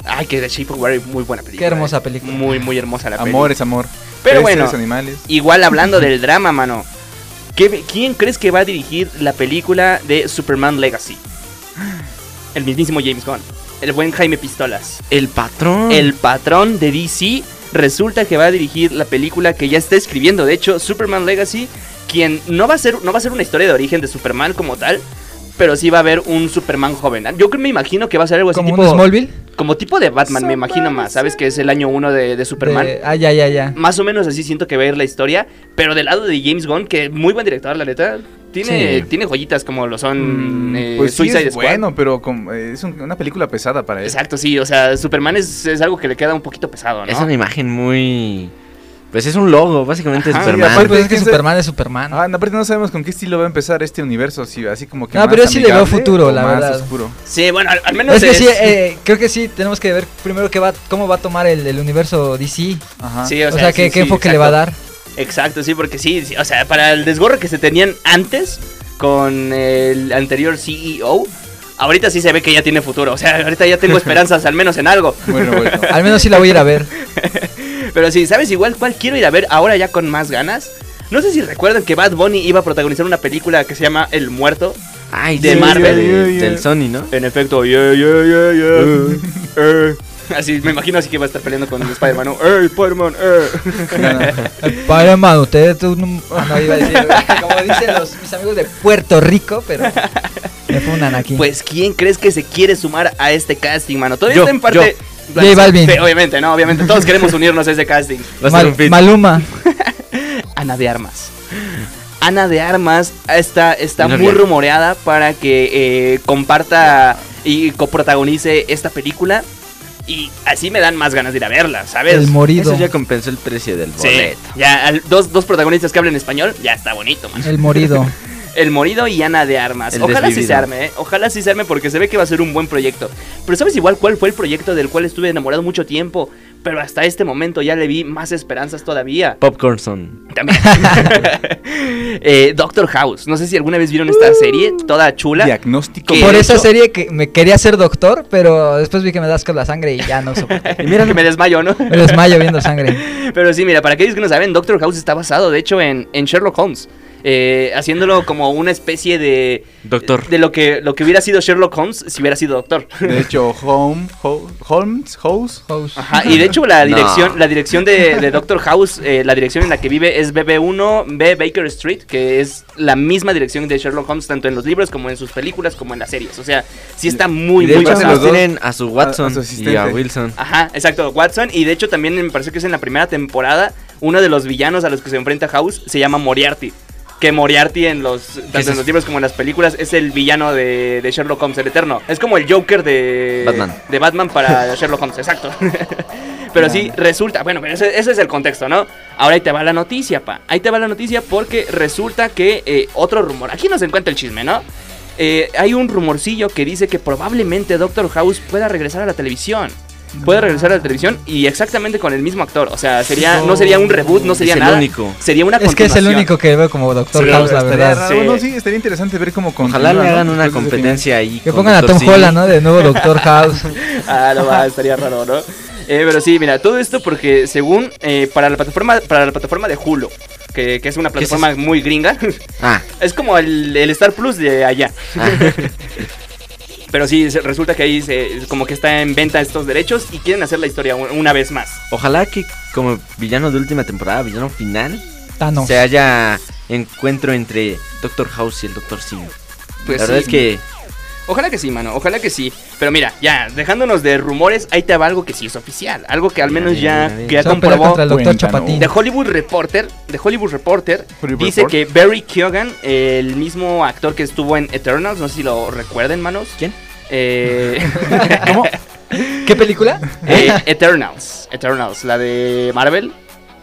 B: Ay, que The Shape of Water, muy buena película.
E: Qué hermosa
B: eh.
E: película.
B: Muy, muy hermosa la película.
C: amor es amor.
B: Pero
C: Peces,
B: bueno.
C: animales.
B: Igual hablando del drama, mano. ¿qué- ¿Quién crees que va a dirigir la película de Superman Legacy? El mismísimo James Gunn. El buen Jaime Pistolas.
D: El
E: Mm.
D: patrón.
B: El patrón de DC resulta que va a dirigir la película que ya está escribiendo. De hecho, Superman Legacy, quien no va a ser, no va a ser una historia de origen de Superman como tal. Pero sí va a haber un Superman joven. Yo creo- me imagino que va a ser algo así
E: Como
B: Pues tipo.
E: un Smallville.
B: Como tipo de Batman, me imagino más. ¿Sabes? Que es el año 1 de, de Superman.
E: De- ah, ya, ya, ya.
B: Más o menos así siento que va a ir la historia. Pero del lado de James Gunn, que muy buen director, la neta. Tiene,
D: Sí.
B: tiene joyitas como lo son
C: Mm,
B: eh,
C: pues sí
B: Suicide
C: es
B: Squad.
C: bueno, pero con- eh, es un- una película pesada
E: pues.
C: para él.
B: Exacto, sí. O sea, Superman es, es algo que le queda un poquito pesado, ¿no?
D: Es una imagen muy. Pues es un logo, básicamente, de
B: Ajá, y
E: Pues,
D: Superman.
E: pues es que
C: ¿quién se-
E: Superman es Superman.
C: Ah, no, aparte no sabemos con qué estilo va a empezar este universo, si- así como que
E: No,
C: más
E: pero yo sí le veo
C: amigable
E: futuro,
C: o
E: la
C: más
E: verdad.
C: oscuro.
B: Sí, bueno, al, al menos
E: es que
B: es-
E: sí, eh, creo que sí, tenemos que ver primero qué va, cómo va a tomar el, el universo DC.
C: Ajá.
B: Ah, Sí,
E: O, sea, qué,
B: sí,
E: qué
B: sí,
E: enfoque le
B: exacto.
E: va a dar.
B: Exacto, sí, porque sí, sí, O sea, para el desgorro que se tenían antes con el anterior CEO, ahorita sí se ve que ya tiene futuro. O sea, ahorita ya tengo esperanzas, al menos en algo.
C: Bueno, bueno.
E: Al menos sí la voy a ir a ver.
B: Pero sí, ¿sabes igual cuál quiero ir a ver ahora ya con más ganas? No sé si recuerdan que Bad Bunny iba a protagonizar una película que se llama El Muerto.
D: Ay,
B: de
D: sí,
B: Marvel.
D: del- Del Sony, ¿no?
B: En efecto, yeah, yeah, yeah, yeah. Eh. Así, me imagino así que va a estar peleando con Spider-Man. ¿no? ¡Ey, Spider-Man! eh.
E: No, no. Eh, Para man, usted tú no... Ah, no, iba a decir, como dicen los, mis amigos de Puerto Rico, pero me funan aquí.
B: Pues, ¿quién crees que se quiere sumar a este casting, mano? Todavía
D: Yo,
B: está en parte.
E: J Balvin.
B: Sí, obviamente, no, obviamente. Todos queremos unirnos a ese casting.
D: Va a
E: Mal-
D: ser un fit.
E: Maluma.
B: Ana de Armas. Ana de Armas está, está
D: Menor
B: muy
D: bien.
B: rumoreada para que eh, comparta y coprotagonice esta película. Y así me dan más ganas de ir a verla, ¿sabes?
E: El morido.
D: Eso ya compensó el precio del
B: Sí,
D: boleto.
B: ya al- dos, dos protagonistas que hablen español, ya está bonito, man.
E: El morido.
B: El Morido y Ana de Armas.
D: El
B: Ojalá sí
D: desvivido.
B: se arme, ¿eh? ojalá sí se arme porque se ve que va a ser un buen proyecto. Pero ¿sabes igual cuál fue el proyecto del cual estuve enamorado mucho tiempo? Pero hasta este momento ya le vi más esperanzas todavía.
D: Popcorn Son.
B: También. Eh, Doctor House. No sé si alguna vez vieron esta serie, toda chula.
C: Diagnóstico.
B: ¿Qué?
E: Por
B: de
E: esa
B: hecho-
E: serie que me quería ser doctor, pero después vi que me das con la sangre y ya no soporté.
B: Y mira que me desmayo, ¿no?
E: Me desmayo viendo sangre.
B: Pero sí, mira, para aquellos que no saben, Doctor House está basado, de hecho, en, en Sherlock Holmes. Eh, haciéndolo como una especie de...
D: Doctor.
B: De lo que, lo que hubiera sido Sherlock Holmes si hubiera sido doctor.
C: De hecho, Home, Ho- Holmes, House.
E: House.
B: Ajá, y de hecho la
D: No.
B: dirección, la dirección de, de Doctor House, eh, la dirección en la que vive es BB1B Baker Street, que es la misma dirección de Sherlock Holmes, tanto en los libros como en sus películas, como en las series. O sea, sí está muy,
D: Y de
B: muy
D: hecho,
C: bacán.
B: basado.
C: Los
D: ambos
C: dos-
D: tienen a su
C: a- a
D: Watson
C: su
D: y a
C: asistente.
D: Wilson.
B: Ajá, exacto, Watson. Y de hecho también me parece que es en la primera temporada, uno de los villanos a los que se enfrenta House se llama Moriarty. que Moriarty en los tanto
D: es
B: en los
D: eso?
B: libros como en las películas es el villano de, de Sherlock Holmes el eterno es como el Joker de
D: Batman.
B: de Batman para Sherlock Holmes exacto pero sí resulta bueno pero ese, ese es el contexto no ahora ahí te va la noticia pa ahí te va la noticia porque resulta que eh, otro rumor aquí nos encuentra el chisme no Eh, hay un rumorcillo que dice que probablemente Doctor House pueda regresar a la televisión puede regresar a la televisión y exactamente con el mismo actor. O sea, sería no, sería un reboot, no sería
D: Es el
B: nada.
D: único.
B: Sería una
E: Es que es el
B: continuación.
E: único que veo como Doctor
B: Sí,
E: House, la
B: estaría
E: verdad.
C: Sí.
B: raro.
C: este,
B: Sí.
C: Bueno, sí, estaría interesante ver cómo
D: Ojalá le
C: continúa, ¿no?
D: hagan una
C: Después de ese
D: competencia ahí.
E: Que
D: con
E: pongan a
D: Dr.
E: Tom
D: Simi.
E: Holland, ¿no? De nuevo Doctor House.
B: Ah, no va, estaría raro, ¿no? Eh, pero sí, mira, todo esto porque según eh, para la plataforma para la plataforma de Hulu, que, que es una
D: es
B: plataforma muy gringa,
D: Ah,
B: es como el, el Star Plus de allá.
D: ah.
B: Pero sí, se- resulta que ahí se- como que está en venta estos derechos y quieren hacer la historia u- una vez más.
D: ojalá que como villano de última temporada, villano final,
E: Thanos.
D: se haya encuentro entre Doctor House y el Doctor Simi.
B: Pues
D: la verdad
B: sí.
D: es que
B: Ojalá que sí, mano, ojalá que sí. Pero mira, ya, dejándonos de rumores, ahí te va algo que sí es oficial. Algo que al
D: Mira,
B: menos
D: mira,
B: ya,
D: mira, mira.
B: que ya
E: Se va a pelear
B: comprobó.
E: contra el Doctor
C: Cuéntanos.
E: Chapatín.
B: The Hollywood Reporter, The Hollywood Reporter
C: Hollywood
B: dice
C: Report.
B: que Barry Keoghan, el mismo actor que estuvo en Eternals, no sé si lo recuerden, manos.
D: ¿Quién?
B: Eh,
E: ¿Qué película?
B: eh, Eternals, Eternals, la de Marvel.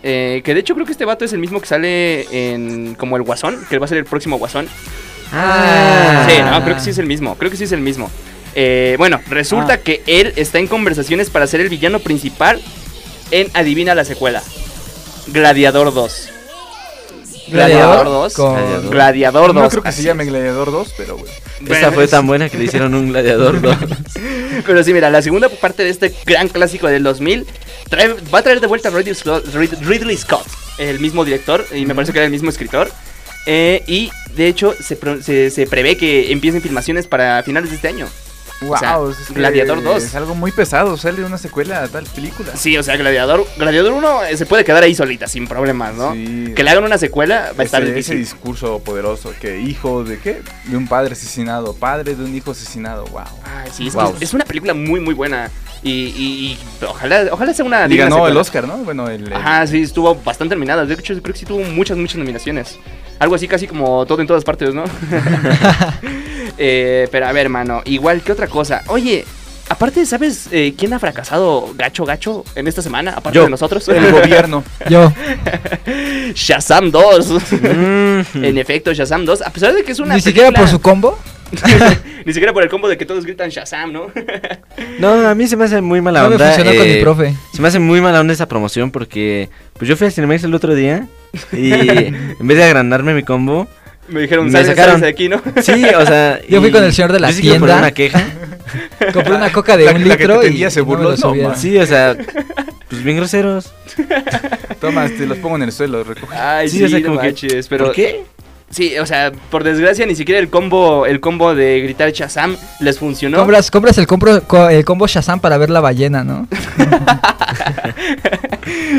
B: eh, que de hecho creo que este vato es el mismo que sale en como el Guasón, que va a ser el próximo Guasón.
E: Ah.
B: Sí, no, creo que sí es el mismo. Creo que sí es el mismo. Eh, bueno,
C: Ah.
B: resulta que él está en conversaciones para ser el villano principal en Adivina la secuela. Gladiador 2. Gladiador 2.
E: Con...
D: Gladiador.
B: Gladiador 2.
C: No creo que se
B: así.
C: llame Gladiador 2, pero bueno.
D: esta
B: Bueno,
D: fue tan buena que le hicieron un gladiador. ¿no?
B: Pero sí, mira, la segunda parte de este gran clásico del 2000 trae- va a traer de vuelta a Ridley Scott, Rid- Ridley Scott, el mismo director, y me parece que era el mismo escritor. Eh, y de hecho, se, pro- se- se prevé que empiecen filmaciones para finales de este año.
C: Wow,
B: O sea,
C: es que
B: Gladiador 2.
C: Es algo muy pesado, sale una secuela a tal película.
B: Sí, o sea, Gladiador, Gladiador 1 eh, se puede quedar ahí solita, sin problemas, ¿no?
C: Sí.
B: Que le hagan una secuela va a estar
C: ese, ese
B: difícil.
C: discurso poderoso que hijo de qué? De un padre asesinado, padre de un hijo asesinado, wow.
B: Ay, sí, es, que
C: Wow.
B: es- es una película muy, muy buena. Y, y- y ojalá, ojalá sea una
C: Y
B: digna
C: ganó el
B: secuela.
C: Oscar, ¿no? Bueno, el, el-
B: Ah, Ajá, sí, estuvo bastante nominada. De hecho, creo que sí tuvo muchas, muchas nominaciones. Algo así casi como todo en todas partes, ¿no? Eh, pero a ver, mano, igual que otra cosa. Oye, aparte, ¿sabes eh, quién ha fracasado gacho, gacho en esta semana? Aparte
C: Yo.
B: de nosotros.
C: el gobierno.
E: Yo.
B: Shazam 2.
D: Mm.
B: En efecto, Shazam 2, a pesar de que es una.
E: Ni siquiera por
B: película-
E: su combo.
B: Ni siquiera por el combo de que todos gritan Shazam, ¿no?
D: No, a mí se me hace muy mala
E: No me
D: onda.
E: funcionó con
D: eh,
E: mi profe.
D: Se me hace muy mala onda esa promoción porque pues yo fui a Cinemex el otro día y en vez de agrandarme mi combo,
B: Me dijeron,
D: Me
B: "Sales-
D: sacaron.
B: sales de aquí, ¿no?
D: sí, o sea,
E: Yo fui
D: y
E: con el señor de la
D: yo sí quiero poner
E: tienda.
D: una queja.
E: Compré una coca de
C: Ah, La-
E: un
C: la que
E: litro
C: te
E: y
C: tendía se
E: no me
C: burló,
E: lo
C: no,
E: subieron.
C: man.
D: Sí, o sea, pues bien groseros.
C: Toma, te los pongo en el suelo, recoge.
B: Ay, sí,
D: Sí, o sea,
B: no
D: como que,
B: manches, pero.
D: ¿Por qué?
B: Sí, o sea, por desgracia, ni siquiera el combo, el combo de gritar Shazam les funcionó.
E: Compras, compras el, compro- co- el combo Shazam para ver la ballena, ¿no?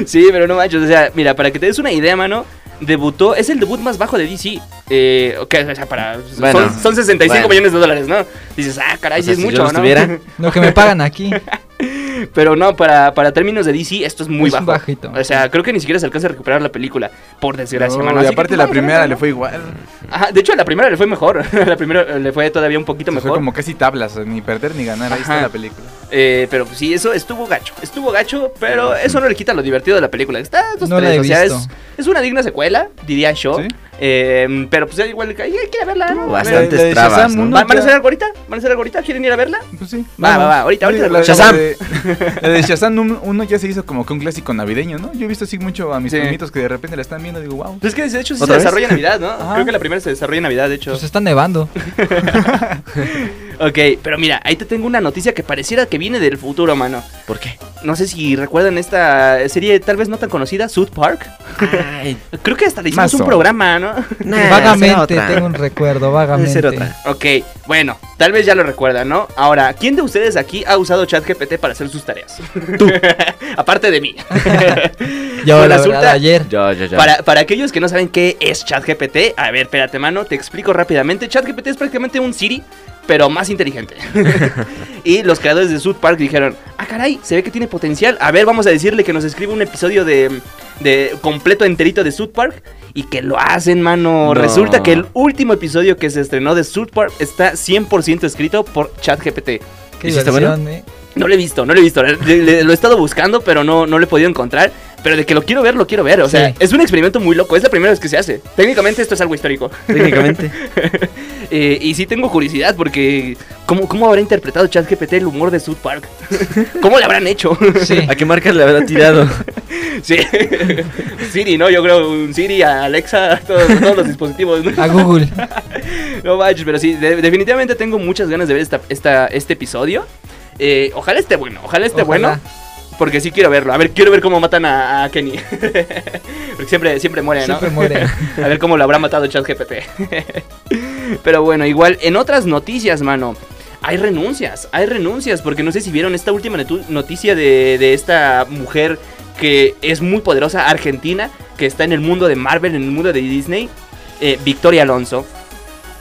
B: Sí, pero no manches. O sea, mira, para que te des una idea, mano. Debutó, es el debut más bajo de DC. Eh, ok, o sea, para.
D: Bueno,
B: son, son 65
D: bueno.
B: millones de dólares, ¿no? Dices, ah, caray,
D: O
B: sí
D: sea,
B: es
D: si yo
B: mucho,
D: los
B: ¿no?
D: tuviera.
E: Lo que me pagan aquí.
B: Pero no, para, para términos de DC, esto es muy
E: Es
B: bajo.
E: bajito.
B: O sea, creo que ni siquiera se alcanza a recuperar la película. Por desgracia,
C: No,
B: mano.
C: y
B: Así que,
C: aparte
B: pues,
C: la
B: vamos a ver,
C: primera le
B: ¿no?
C: fue igual.
B: Ajá, de hecho, a la primera le fue mejor. A la primera eh, le fue todavía un poquito
C: Se Fue
B: mejor.
C: como casi tablas, ni perder ni ganar, ahí está
B: Ajá.
C: la película.
B: Eh, pero pues, sí, eso estuvo gacho. Estuvo gacho, pero eso no le quita lo divertido de la película. Está dos,
E: No la
B: tres,
E: he
B: o sea,
E: visto.
B: es, es una digna secuela, diría yo.
C: ¿Sí?
B: Eh, pero pues igual que ay, hay que ir a verla. ¿no? A ver,
D: Bastantes
C: la de Shazam,
D: trabas, ¿no?
C: uno
B: ¿va- ¿Van a
C: ya-
B: hacer algo ahorita? ¿Van a hacer algo ahorita? ¿Quieren ir a verla?
C: Pues sí.
B: Va,
C: vamos.
B: va, va, ahorita, ahorita
C: la,
B: la-
D: Shazam.
C: la de, la de Shazam 1 ya se hizo como que un clásico navideño, ¿no? Yo he visto así mucho a mis
B: Sí.
C: primitos que de repente la están viendo y digo, wow.
B: Pues es que de hecho sí se
D: ¿Otra vez?
B: desarrolla en Navidad, ¿no?
C: Ajá.
B: Creo que la primera se desarrolla en Navidad, de hecho.
E: Pues está nevando.
B: Ok, pero mira, ahí te tengo una noticia que pareciera que viene del futuro, mano.
D: ¿Por qué?
B: No sé si recuerdan esta serie tal vez no tan conocida, South Park.
D: Ay,
B: Creo que hasta le hicimos
C: Mazo.
B: un programa, ¿no?
D: nah, será
E: vagamente,
D: otra.
E: tengo un recuerdo,
D: Debe
E: vagamente.
D: ser otra.
B: Ok, bueno, tal vez ya lo recuerdan, ¿no? Ahora, ¿quién de ustedes aquí ha usado ChatGPT para hacer sus tareas? Tú. Aparte de mí.
E: Yo,
B: Pues
E: la
B: resulta-
E: verdad, ayer.
D: Yo, yo, yo.
B: Para, para aquellos que no saben qué es ChatGPT, a ver, espérate, mano, te explico rápidamente. ChatGPT es prácticamente un Siri, pero más inteligente. y los creadores de South Park dijeron, ah, caray, se ve que tiene potencial. A ver, vamos a decirle que nos escribe un episodio de, de completo enterito de South Park. Y que lo hacen, mano.
D: No.
B: Resulta que el último episodio que se estrenó de South Park está 100% escrito por ChatGPT.
E: Qué
D: ¿Y si está
E: diversión, eh.
B: No lo he visto, no lo he visto. Le- le- lo he estado buscando, pero no, no lo he podido encontrar. Pero de que lo quiero ver, lo quiero ver. O sea,
E: Sí.
B: es un experimento muy loco. Es la primera vez que se hace. Técnicamente esto es algo histórico.
D: Técnicamente.
B: Eh, y sí tengo curiosidad porque ¿cómo, cómo habrá interpretado ChatGPT el humor de South Park? ¿Cómo le habrán hecho?
E: Sí.
D: ¿A qué marcas le habrá tirado?
B: sí. Siri, ¿no? Yo creo un Siri, a Alexa, a todos, a todos los dispositivos. ¿no?
E: A Google.
B: No manches, pero sí, de- definitivamente tengo muchas ganas de ver esta, esta, este episodio. Eh, ojalá esté bueno, ojalá esté
E: Ojalá.
B: Este bueno. Porque sí quiero verlo. A ver, quiero ver cómo matan a, a Kenny. porque siempre, siempre muere, ¿no?
E: Siempre muere.
B: A ver cómo lo habrá matado ChatGPT. Pero bueno, igual, en otras noticias, mano. Hay renuncias, hay renuncias, porque no sé si vieron esta última netu- noticia de, de esta mujer que es muy poderosa, argentina, que está en el mundo de Marvel, en el mundo de Disney, eh, Victoria Alonso,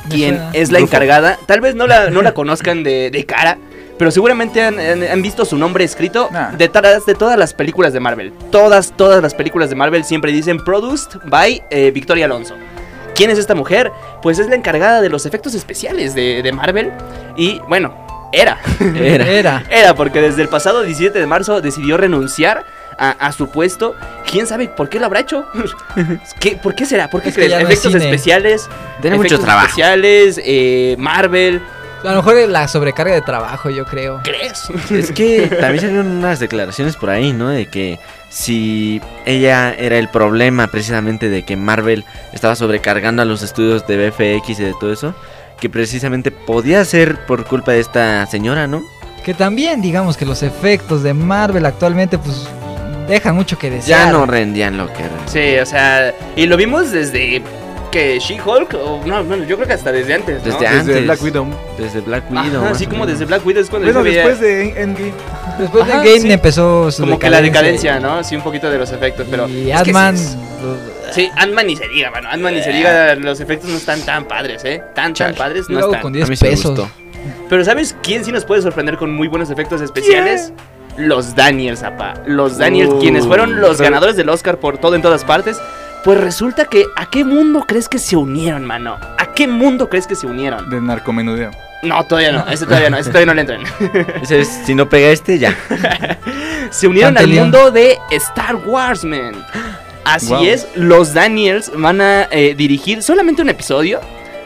E: Me
B: quien
E: suena.
B: es la encargada. Tal vez no la, no la conozcan de, de cara, pero seguramente han, han- han visto su nombre escrito
C: Nah.
B: detrás de todas las películas de Marvel. Todas, todas las películas de Marvel siempre dicen Produced by eh, Victoria Alonso. ¿Quién es esta mujer? Pues es la encargada de los efectos especiales de, de Marvel. Y bueno, era.
D: Era.
E: Era.
B: Era porque desde el pasado 17 de marzo decidió renunciar a, a su puesto. ¿Quién sabe por qué lo habrá hecho? ¿Qué- ¿Por qué será? ¿Por qué
E: Es que
B: crees?
E: ya no es
B: efectos
E: cine.
B: especiales.
D: Tiene mucho
B: efectos
D: trabajo.
B: Especiales, eh, Marvel.
E: A lo mejor es la sobrecarga de trabajo, yo creo.
B: ¿Crees?
D: Es que también salieron unas declaraciones por ahí, ¿no? De que si ella era el problema precisamente de que Marvel estaba sobrecargando a los estudios de BFX y de todo eso, que precisamente podía ser por culpa de esta señora, ¿no?
E: Que también, digamos que los efectos de Marvel actualmente, pues, dejan mucho que desear.
D: Ya no rendían lo que era.
B: Sí, o sea, y lo vimos desde que She-Hulk, o no, bueno, yo creo que hasta desde antes, ¿no?
D: Desde
C: Desde
D: antes.
C: Black Widow.
D: Desde Black
B: Ajá,
D: Widow. más
B: así
D: o
B: como
D: menos.
B: desde Black Widow es cuando
C: Bueno,
B: yo veía
C: después de Endgame.
E: Después de
B: Ajá,
E: Game
B: sí.
E: empezó su
B: como que la decadencia, ¿no? Sí, un poquito de los efectos, pero...
E: Y
B: es que sí
E: Ant-Man. pues,
B: es- Sí, Ant-Man ni se diga, mano. Ant-Man ni se diga, los efectos no están tan padres, ¿eh? Tan, tan
D: Eh. Chale.
B: padres no
E: Luego
B: están.
E: con
D: A
E: 10
D: mí sí me
E: pesos.
D: gustó.
B: Pero ¿sabes quién sí nos puede sorprender con muy buenos efectos especiales? Los Daniels, apá. Los Daniels,
D: Uh,
B: quienes fueron los
D: re-
B: ganadores del Oscar por todo en todas partes. Pues resulta que ¿a qué mundo crees que se unieron, mano? ¿A qué mundo crees que se unieron?
C: De narcomenudeo.
B: No, todavía no, ese todavía no, ese todavía no le entran.
D: Ese es, si no pega este, ya.
B: Se unieron
E: Pantaleón.
B: al mundo de Star Wars, man. Así
C: Wow.
B: es, los Daniels van a eh, dirigir solamente un episodio,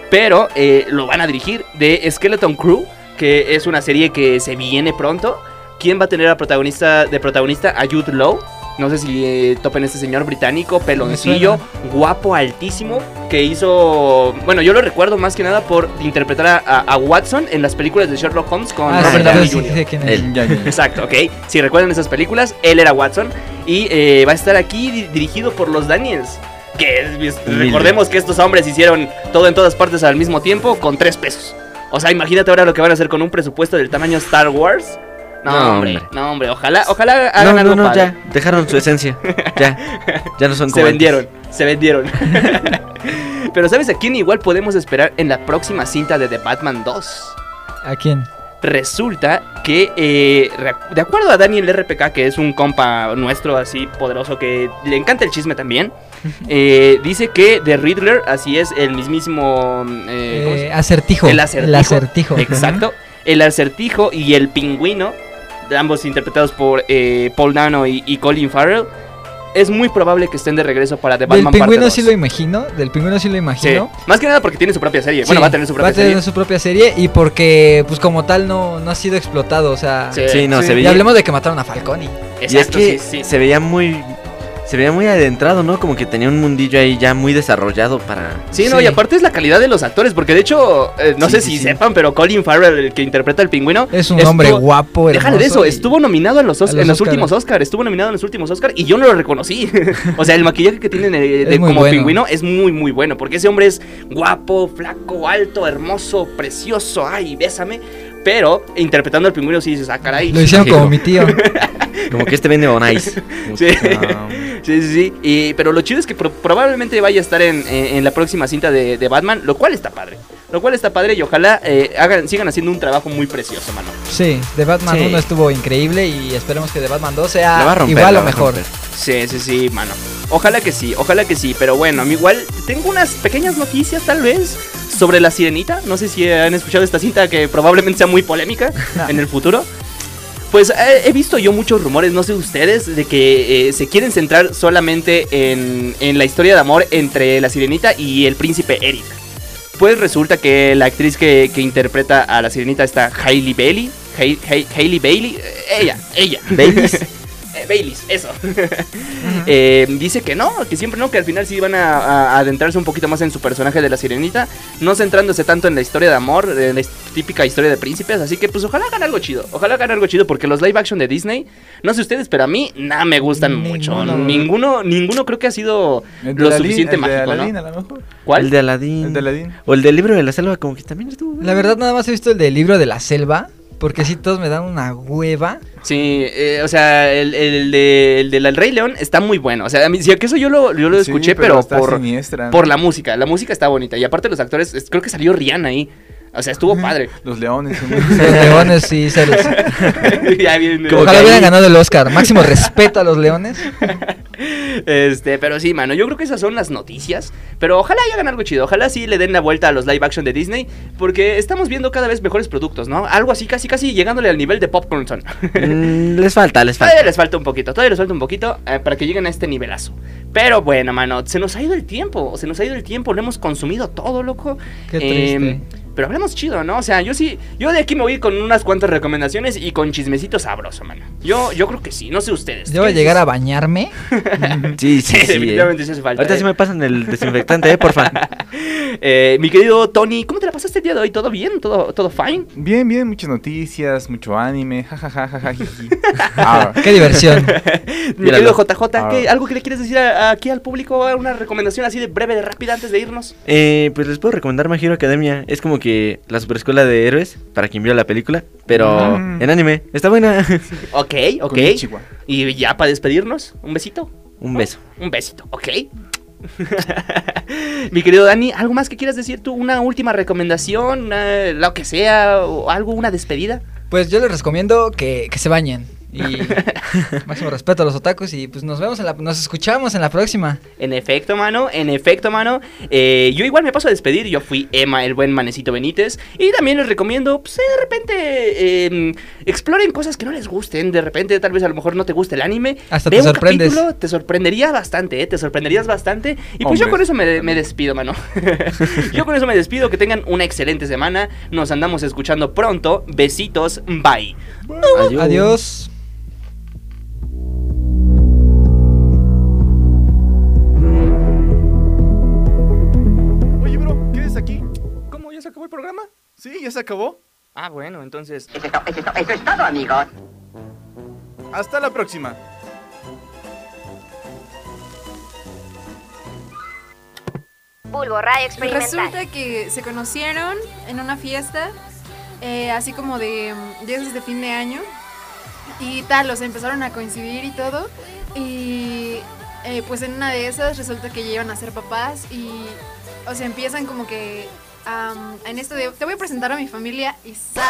B: pero eh, lo van a dirigir de Skeleton Crew, que es una serie que se viene pronto. ¿Quién va a tener a protagonista, de protagonista a Jude Law? No sé si eh, topen a este señor británico, peloncillo, guapo, altísimo, que hizo... Bueno, yo lo recuerdo más que nada por interpretar a, a- a Watson en las películas de Sherlock Holmes con
E: Ah, sí,
B: Robert Downey
E: entonces sí
B: Jr.
E: sé quién es.
D: Él.
C: Ya, ya, ya.
B: Exacto, ok. Si recuerdan esas películas, él era Watson y eh, va a estar aquí di- dirigido por los Daniels. Que es- es- recordemos que estos hombres hicieron todo en todas partes al mismo tiempo con tres pesos. O sea, imagínate ahora lo que van a hacer con un presupuesto del tamaño Star Wars. No,
D: No,
B: hombre,
D: hombre.
B: no, hombre. Ojalá, ojalá hagan
D: No, no,
B: algo
D: no,
B: padre.
D: ya. Dejaron su esencia. Ya. Ya no son
B: Se
D: como antes.
B: vendieron, se vendieron. Pero ¿sabes a quién igual podemos esperar en la próxima cinta de The Batman 2?
E: ¿A quién?
B: Resulta que, eh, re- de acuerdo a Daniel RPK, que es un compa nuestro así poderoso que le encanta el chisme también, eh, dice que The Riddler, así es, el mismísimo... eh, ¿cómo se-
E: Eh, acertijo.
B: El acertijo.
E: acertijo.
B: Exacto. El acertijo y el pingüino, ambos interpretados por eh, Paul Dano y, y Colin Farrell, es muy probable que estén de regreso para The
E: Del
B: Batman parte
E: pingüino
B: dos.
E: sí lo imagino. Del pingüino sí lo
B: Sí.
E: imagino.
B: Más que nada porque tiene su propia serie.
E: Sí,
B: bueno, va a tener su propia serie.
E: su propia serie y porque, pues como tal, no, no ha sido explotado. O sea,
B: Sí.
D: Sí, no,
C: Sí.
D: se
E: y
D: veía.
E: hablemos de que mataron a Falconi.
D: Y es
B: Exacto,
D: que
B: sí, sí.
D: se veía muy se veía muy adentrado, ¿no? Como que tenía un mundillo ahí ya muy desarrollado para
B: Sí, no,
E: Sí.
B: y aparte es la calidad de los actores, porque de hecho, eh, no
D: Sí,
B: sé
D: sí,
B: si
D: sí.
B: sepan, pero Colin Farrell, el que interpreta al pingüino,
E: Es un
B: Estuvo-
E: hombre guapo.
B: déjale de
E: hermoso
B: eso,
E: y-
B: estuvo nominado en los, Os-
E: a los eh.
B: en los
E: Óscar.
B: últimos Oscar, estuvo nominado en los últimos Oscar y yo no lo reconocí. o sea, el maquillaje que tienen eh,
E: Es
B: de-
E: muy
B: como
E: bueno.
B: pingüino es muy, muy bueno, porque ese hombre es guapo, flaco, alto, hermoso, precioso, ay, bésame. Pero interpretando al pingüino sí dices, ah, caray.
E: Lo hicieron
D: Digo.
E: como mi tío.
D: como que este vende Bonais. Como
B: Sí.
D: que-
C: Ah,
B: Sí, sí, sí. Y- pero lo chido es que pro- probablemente vaya a estar en, en- en la próxima cinta de, de Batman, lo cual está padre. Lo cual está padre y ojalá eh, hagan, sigan haciendo un trabajo muy precioso, mano.
E: Sí, The Batman
D: Sí.
E: 1 estuvo increíble y esperemos que The Batman 2
D: La va a
E: sea
D: romper,
E: igual
D: la
E: o
D: va a
E: mejor.
D: romper.
B: Sí, sí, sí, mano. Ojalá que sí, ojalá que sí. Pero bueno, igual tengo unas pequeñas noticias tal vez sobre la sirenita. No sé si han escuchado esta cinta que probablemente sea muy polémica en el futuro. Pues eh, he visto yo muchos rumores, no sé ustedes, de que eh, se quieren centrar solamente en, en la historia de amor entre la sirenita y el príncipe Eric. Pues resulta que la actriz que, que interpreta a la sirenita está Hailey Bailey. Hay- Hay- Hailey Bailey. eh, Ella, ella. Baileys. Baileys, eso. Eh, dice que no, que siempre no, que al final sí van a, a adentrarse un poquito más en su personaje de la sirenita, no centrándose tanto en la historia de amor, en la his- típica historia de príncipes, así que pues ojalá hagan algo chido, ojalá hagan algo chido, porque los live action de Disney, no sé ustedes, pero a mí nada me gustan mucho,
C: Ninguno.
B: ninguno, ninguno creo que ha sido
C: El de
B: lo
C: Aladín,
B: suficiente
C: el de
B: mágico,
C: Aladín,
B: ¿no?
C: a lo mejor.
D: El
B: ¿Cuál?
D: de Aladdin.
C: El de Aladín.
D: O el del libro de la selva, como que también estuvo. bueno.
E: La verdad nada más he visto el del libro de la selva, porque sí todos me dan una hueva.
B: Sí, eh, o sea, el, el de, el del Rey León está muy bueno, o sea, a mí, sí, que eso yo lo, yo lo
C: Sí,
B: escuché, pero,
C: está
B: por...
C: siniestra, ¿no?
B: Por la música, la música está bonita. Y aparte los actores, es- creo que salió Rihanna ahí. O sea, estuvo padre.
C: Los leones. ¿no?
E: Los leones sí se los-
B: Ya viene-
E: Ojalá hubieran ganado el Oscar. Máximo respeto a los leones.
B: Este, pero sí, mano, yo creo que esas son las noticias. Pero ojalá y hagan algo chido. Ojalá sí le den la vuelta a los live action de Disney. Porque estamos viendo cada vez mejores productos, ¿no? Algo así, casi, casi llegándole al nivel de Popcorn Son.
D: Mm, les falta, les falta.
B: Todavía les falta un poquito, todavía les falta un poquito eh, para que lleguen a este nivelazo. Pero bueno, mano, se nos ha ido el tiempo, se nos ha ido el tiempo, lo hemos consumido todo, loco.
E: Qué
B: Em,
E: triste.
B: pero hablamos chido, ¿no? O sea, yo sí, yo de aquí me voy a ir con unas cuantas recomendaciones y con chismecito sabroso, mano. Yo, yo creo que sí, no sé ustedes.
E: Yo voy a
B: ¿Qué
E: llegar a
B: dices?
E: bañarme.
B: Sí,
D: Sí, sí, sí. eh.
B: definitivamente sí hace falta.
D: Ahorita
B: eh.
D: sí me pasan el desinfectante, eh, porfa.
B: Eh, mi querido Tony, ¿cómo te la pasaste el día de hoy? ¿Todo bien? ¿Todo, todo fine?
C: Bien, bien, muchas noticias, mucho anime. jajajaja, jiji. Ah,
E: Qué diversión.
B: Mi
D: Míralo.
B: querido JJ, ¿qué-
C: Ah.
B: ¿algo que le quieres decir a- a- aquí al público? Una recomendación así de breve, de rápida antes de irnos.
D: Eh, pues les puedo recomendar My Hero Academia. Es como que la superescuela de héroes, para quien vio la película, pero
C: Ujú.
D: en anime. Está buena.
B: Ok, ok.
C: konnichiwa.
B: Y ya para despedirnos, un besito.
D: Un beso.
B: Un besito, ¿ok? Mi querido Dani, ¿algo más que quieras decir tú? ¿Una última recomendación? Una- lo que sea, o algo, una despedida.
E: Pues yo les recomiendo que, que se bañen. Y máximo respeto a los otakus. Y pues nos vemos en la, nos escuchamos en la próxima.
B: En efecto, mano, en efecto, mano. Eh, yo igual me paso a despedir. Yo fui Emma, el buen manecito Benítez. Y también les recomiendo, pues, eh, de repente, eh, exploren cosas que no les gusten. De repente, tal vez a lo mejor no te guste el anime.
E: Hasta
B: Ve
E: te
B: un
E: sorprendes.
B: capítulo, te sorprendería bastante, eh, te sorprenderías bastante. Y pues yo
C: Hombre.
B: con eso me, me despido, mano. yo con eso me despido. Que tengan una excelente semana. Nos andamos escuchando pronto. Besitos. Bye.
E: Adiós.
C: Oye, bro, ¿qué es aquí? ¿Cómo? ¿Ya se acabó el programa? Sí, ya se acabó.
B: Ah, bueno, entonces...
I: Eso es to- eso es to- eso es todo, amigos.
C: Hasta la próxima.
J: Bulbo Radio Experimental.
H: Resulta que se conocieron en una fiesta, eh, así como de mm, de esas de fin de año, y tal, los empezaron a coincidir y todo, y eh, pues en una de esas resulta que llevan a ser papás y, o sea, empiezan como que am, en esto de, te voy a presentar a mi familia y ¡zas!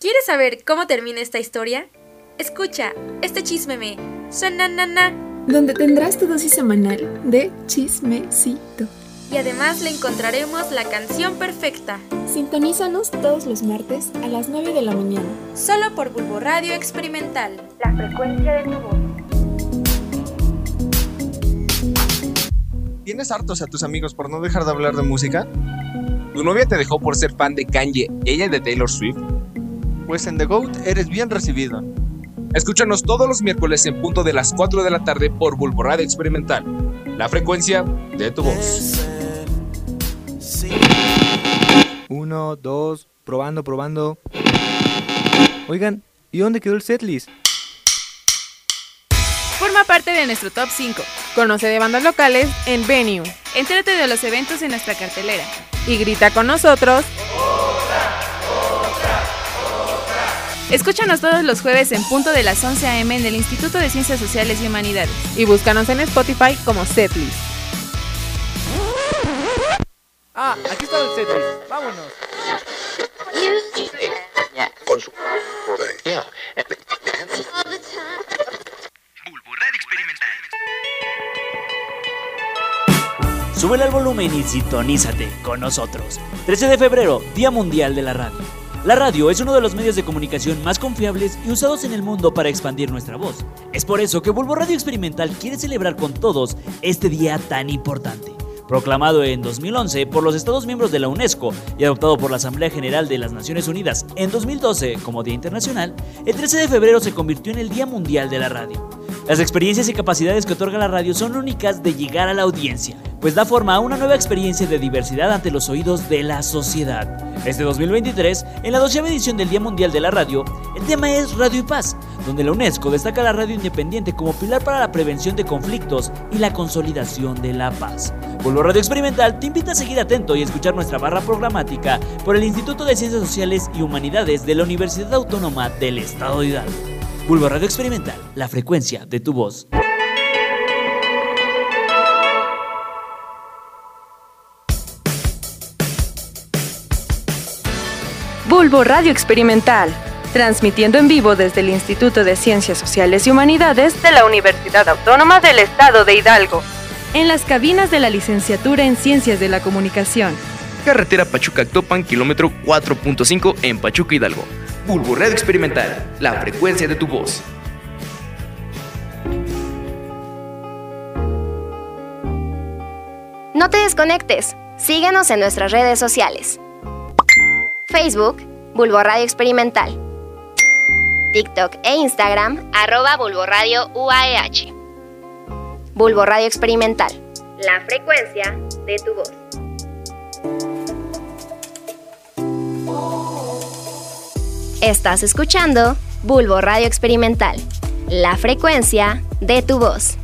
J: ¿Quieres saber cómo termina esta historia? Escucha, este chismeme. Sonanana.
H: Donde tendrás tu dosis semanal de chismecito.
J: Y además le encontraremos la canción perfecta.
H: Sintonízanos todos los martes a las 9 de la mañana.
J: Solo por Bulbo Radio Experimental.
I: La frecuencia de tu voz.
K: ¿Tienes hartos a tus amigos por no dejar de hablar de música? ¿Tu novia te dejó por ser fan de Kanye, ella de Taylor Swift? Pues en The Goat eres bien recibido. Escúchanos todos los miércoles en punto de las 4 de la tarde por Bulborada Experimental. La frecuencia de tu voz.
L: Uno, dos, probando, probando. Oigan, ¿y dónde quedó el setlist?
H: Forma parte de nuestro top 5. Conoce de bandas locales en Venue. Entrate de los eventos en nuestra cartelera. Y grita con nosotros. Escúchanos todos los jueves en punto de las 11 a.m. en el Instituto de Ciencias Sociales y Humanidades. Y búscanos en Spotify como Setlist.
L: Ah, aquí está el setlist. Vámonos.
M: Súbele al volumen y sintonízate con nosotros. 13 de febrero, Día Mundial de la Radio. La radio es uno de los medios de comunicación más confiables y usados en el mundo para expandir nuestra voz. Es por eso que Bulbo Radio Experimental quiere celebrar con todos este día tan importante. Proclamado en 2011 por los Estados miembros de la UNESCO y adoptado por la Asamblea General de las Naciones Unidas en 2012 como Día Internacional, el 13 de febrero se convirtió en el Día Mundial de la Radio. Las experiencias y capacidades que otorga la radio son únicas de llegar a la audiencia, pues da forma a una nueva experiencia de diversidad ante los oídos de la sociedad. Este 2023, en la 12 edición del Día Mundial de la Radio, el tema es Radio y Paz, donde la UNESCO destaca la radio independiente como pilar para la prevención de conflictos y la consolidación de la paz. Pueblo Radio Experimental te invita a seguir atento y escuchar nuestra barra programática por el Instituto de Ciencias Sociales y Humanidades de la Universidad Autónoma del Estado de Hidalgo. Bulbo Radio Experimental, la frecuencia de tu voz.
N: Bulbo Radio Experimental, transmitiendo en vivo desde el Instituto de Ciencias Sociales y Humanidades de la Universidad Autónoma del Estado de Hidalgo, en las cabinas de la Licenciatura en Ciencias de la Comunicación.
O: Carretera Pachuca-Actopan, kilómetro 4.5 en Pachuca Hidalgo. Bulbo Red Experimental, la frecuencia de tu voz.
P: No te desconectes. Síguenos en nuestras redes sociales. Facebook, Bulbo Radio Experimental. TikTok e Instagram, arroba Bulbo Radio UAEH. Bulbo Radio Experimental. La frecuencia de tu voz. Estás escuchando Bulbo Radio Experimental. La frecuencia de tu voz.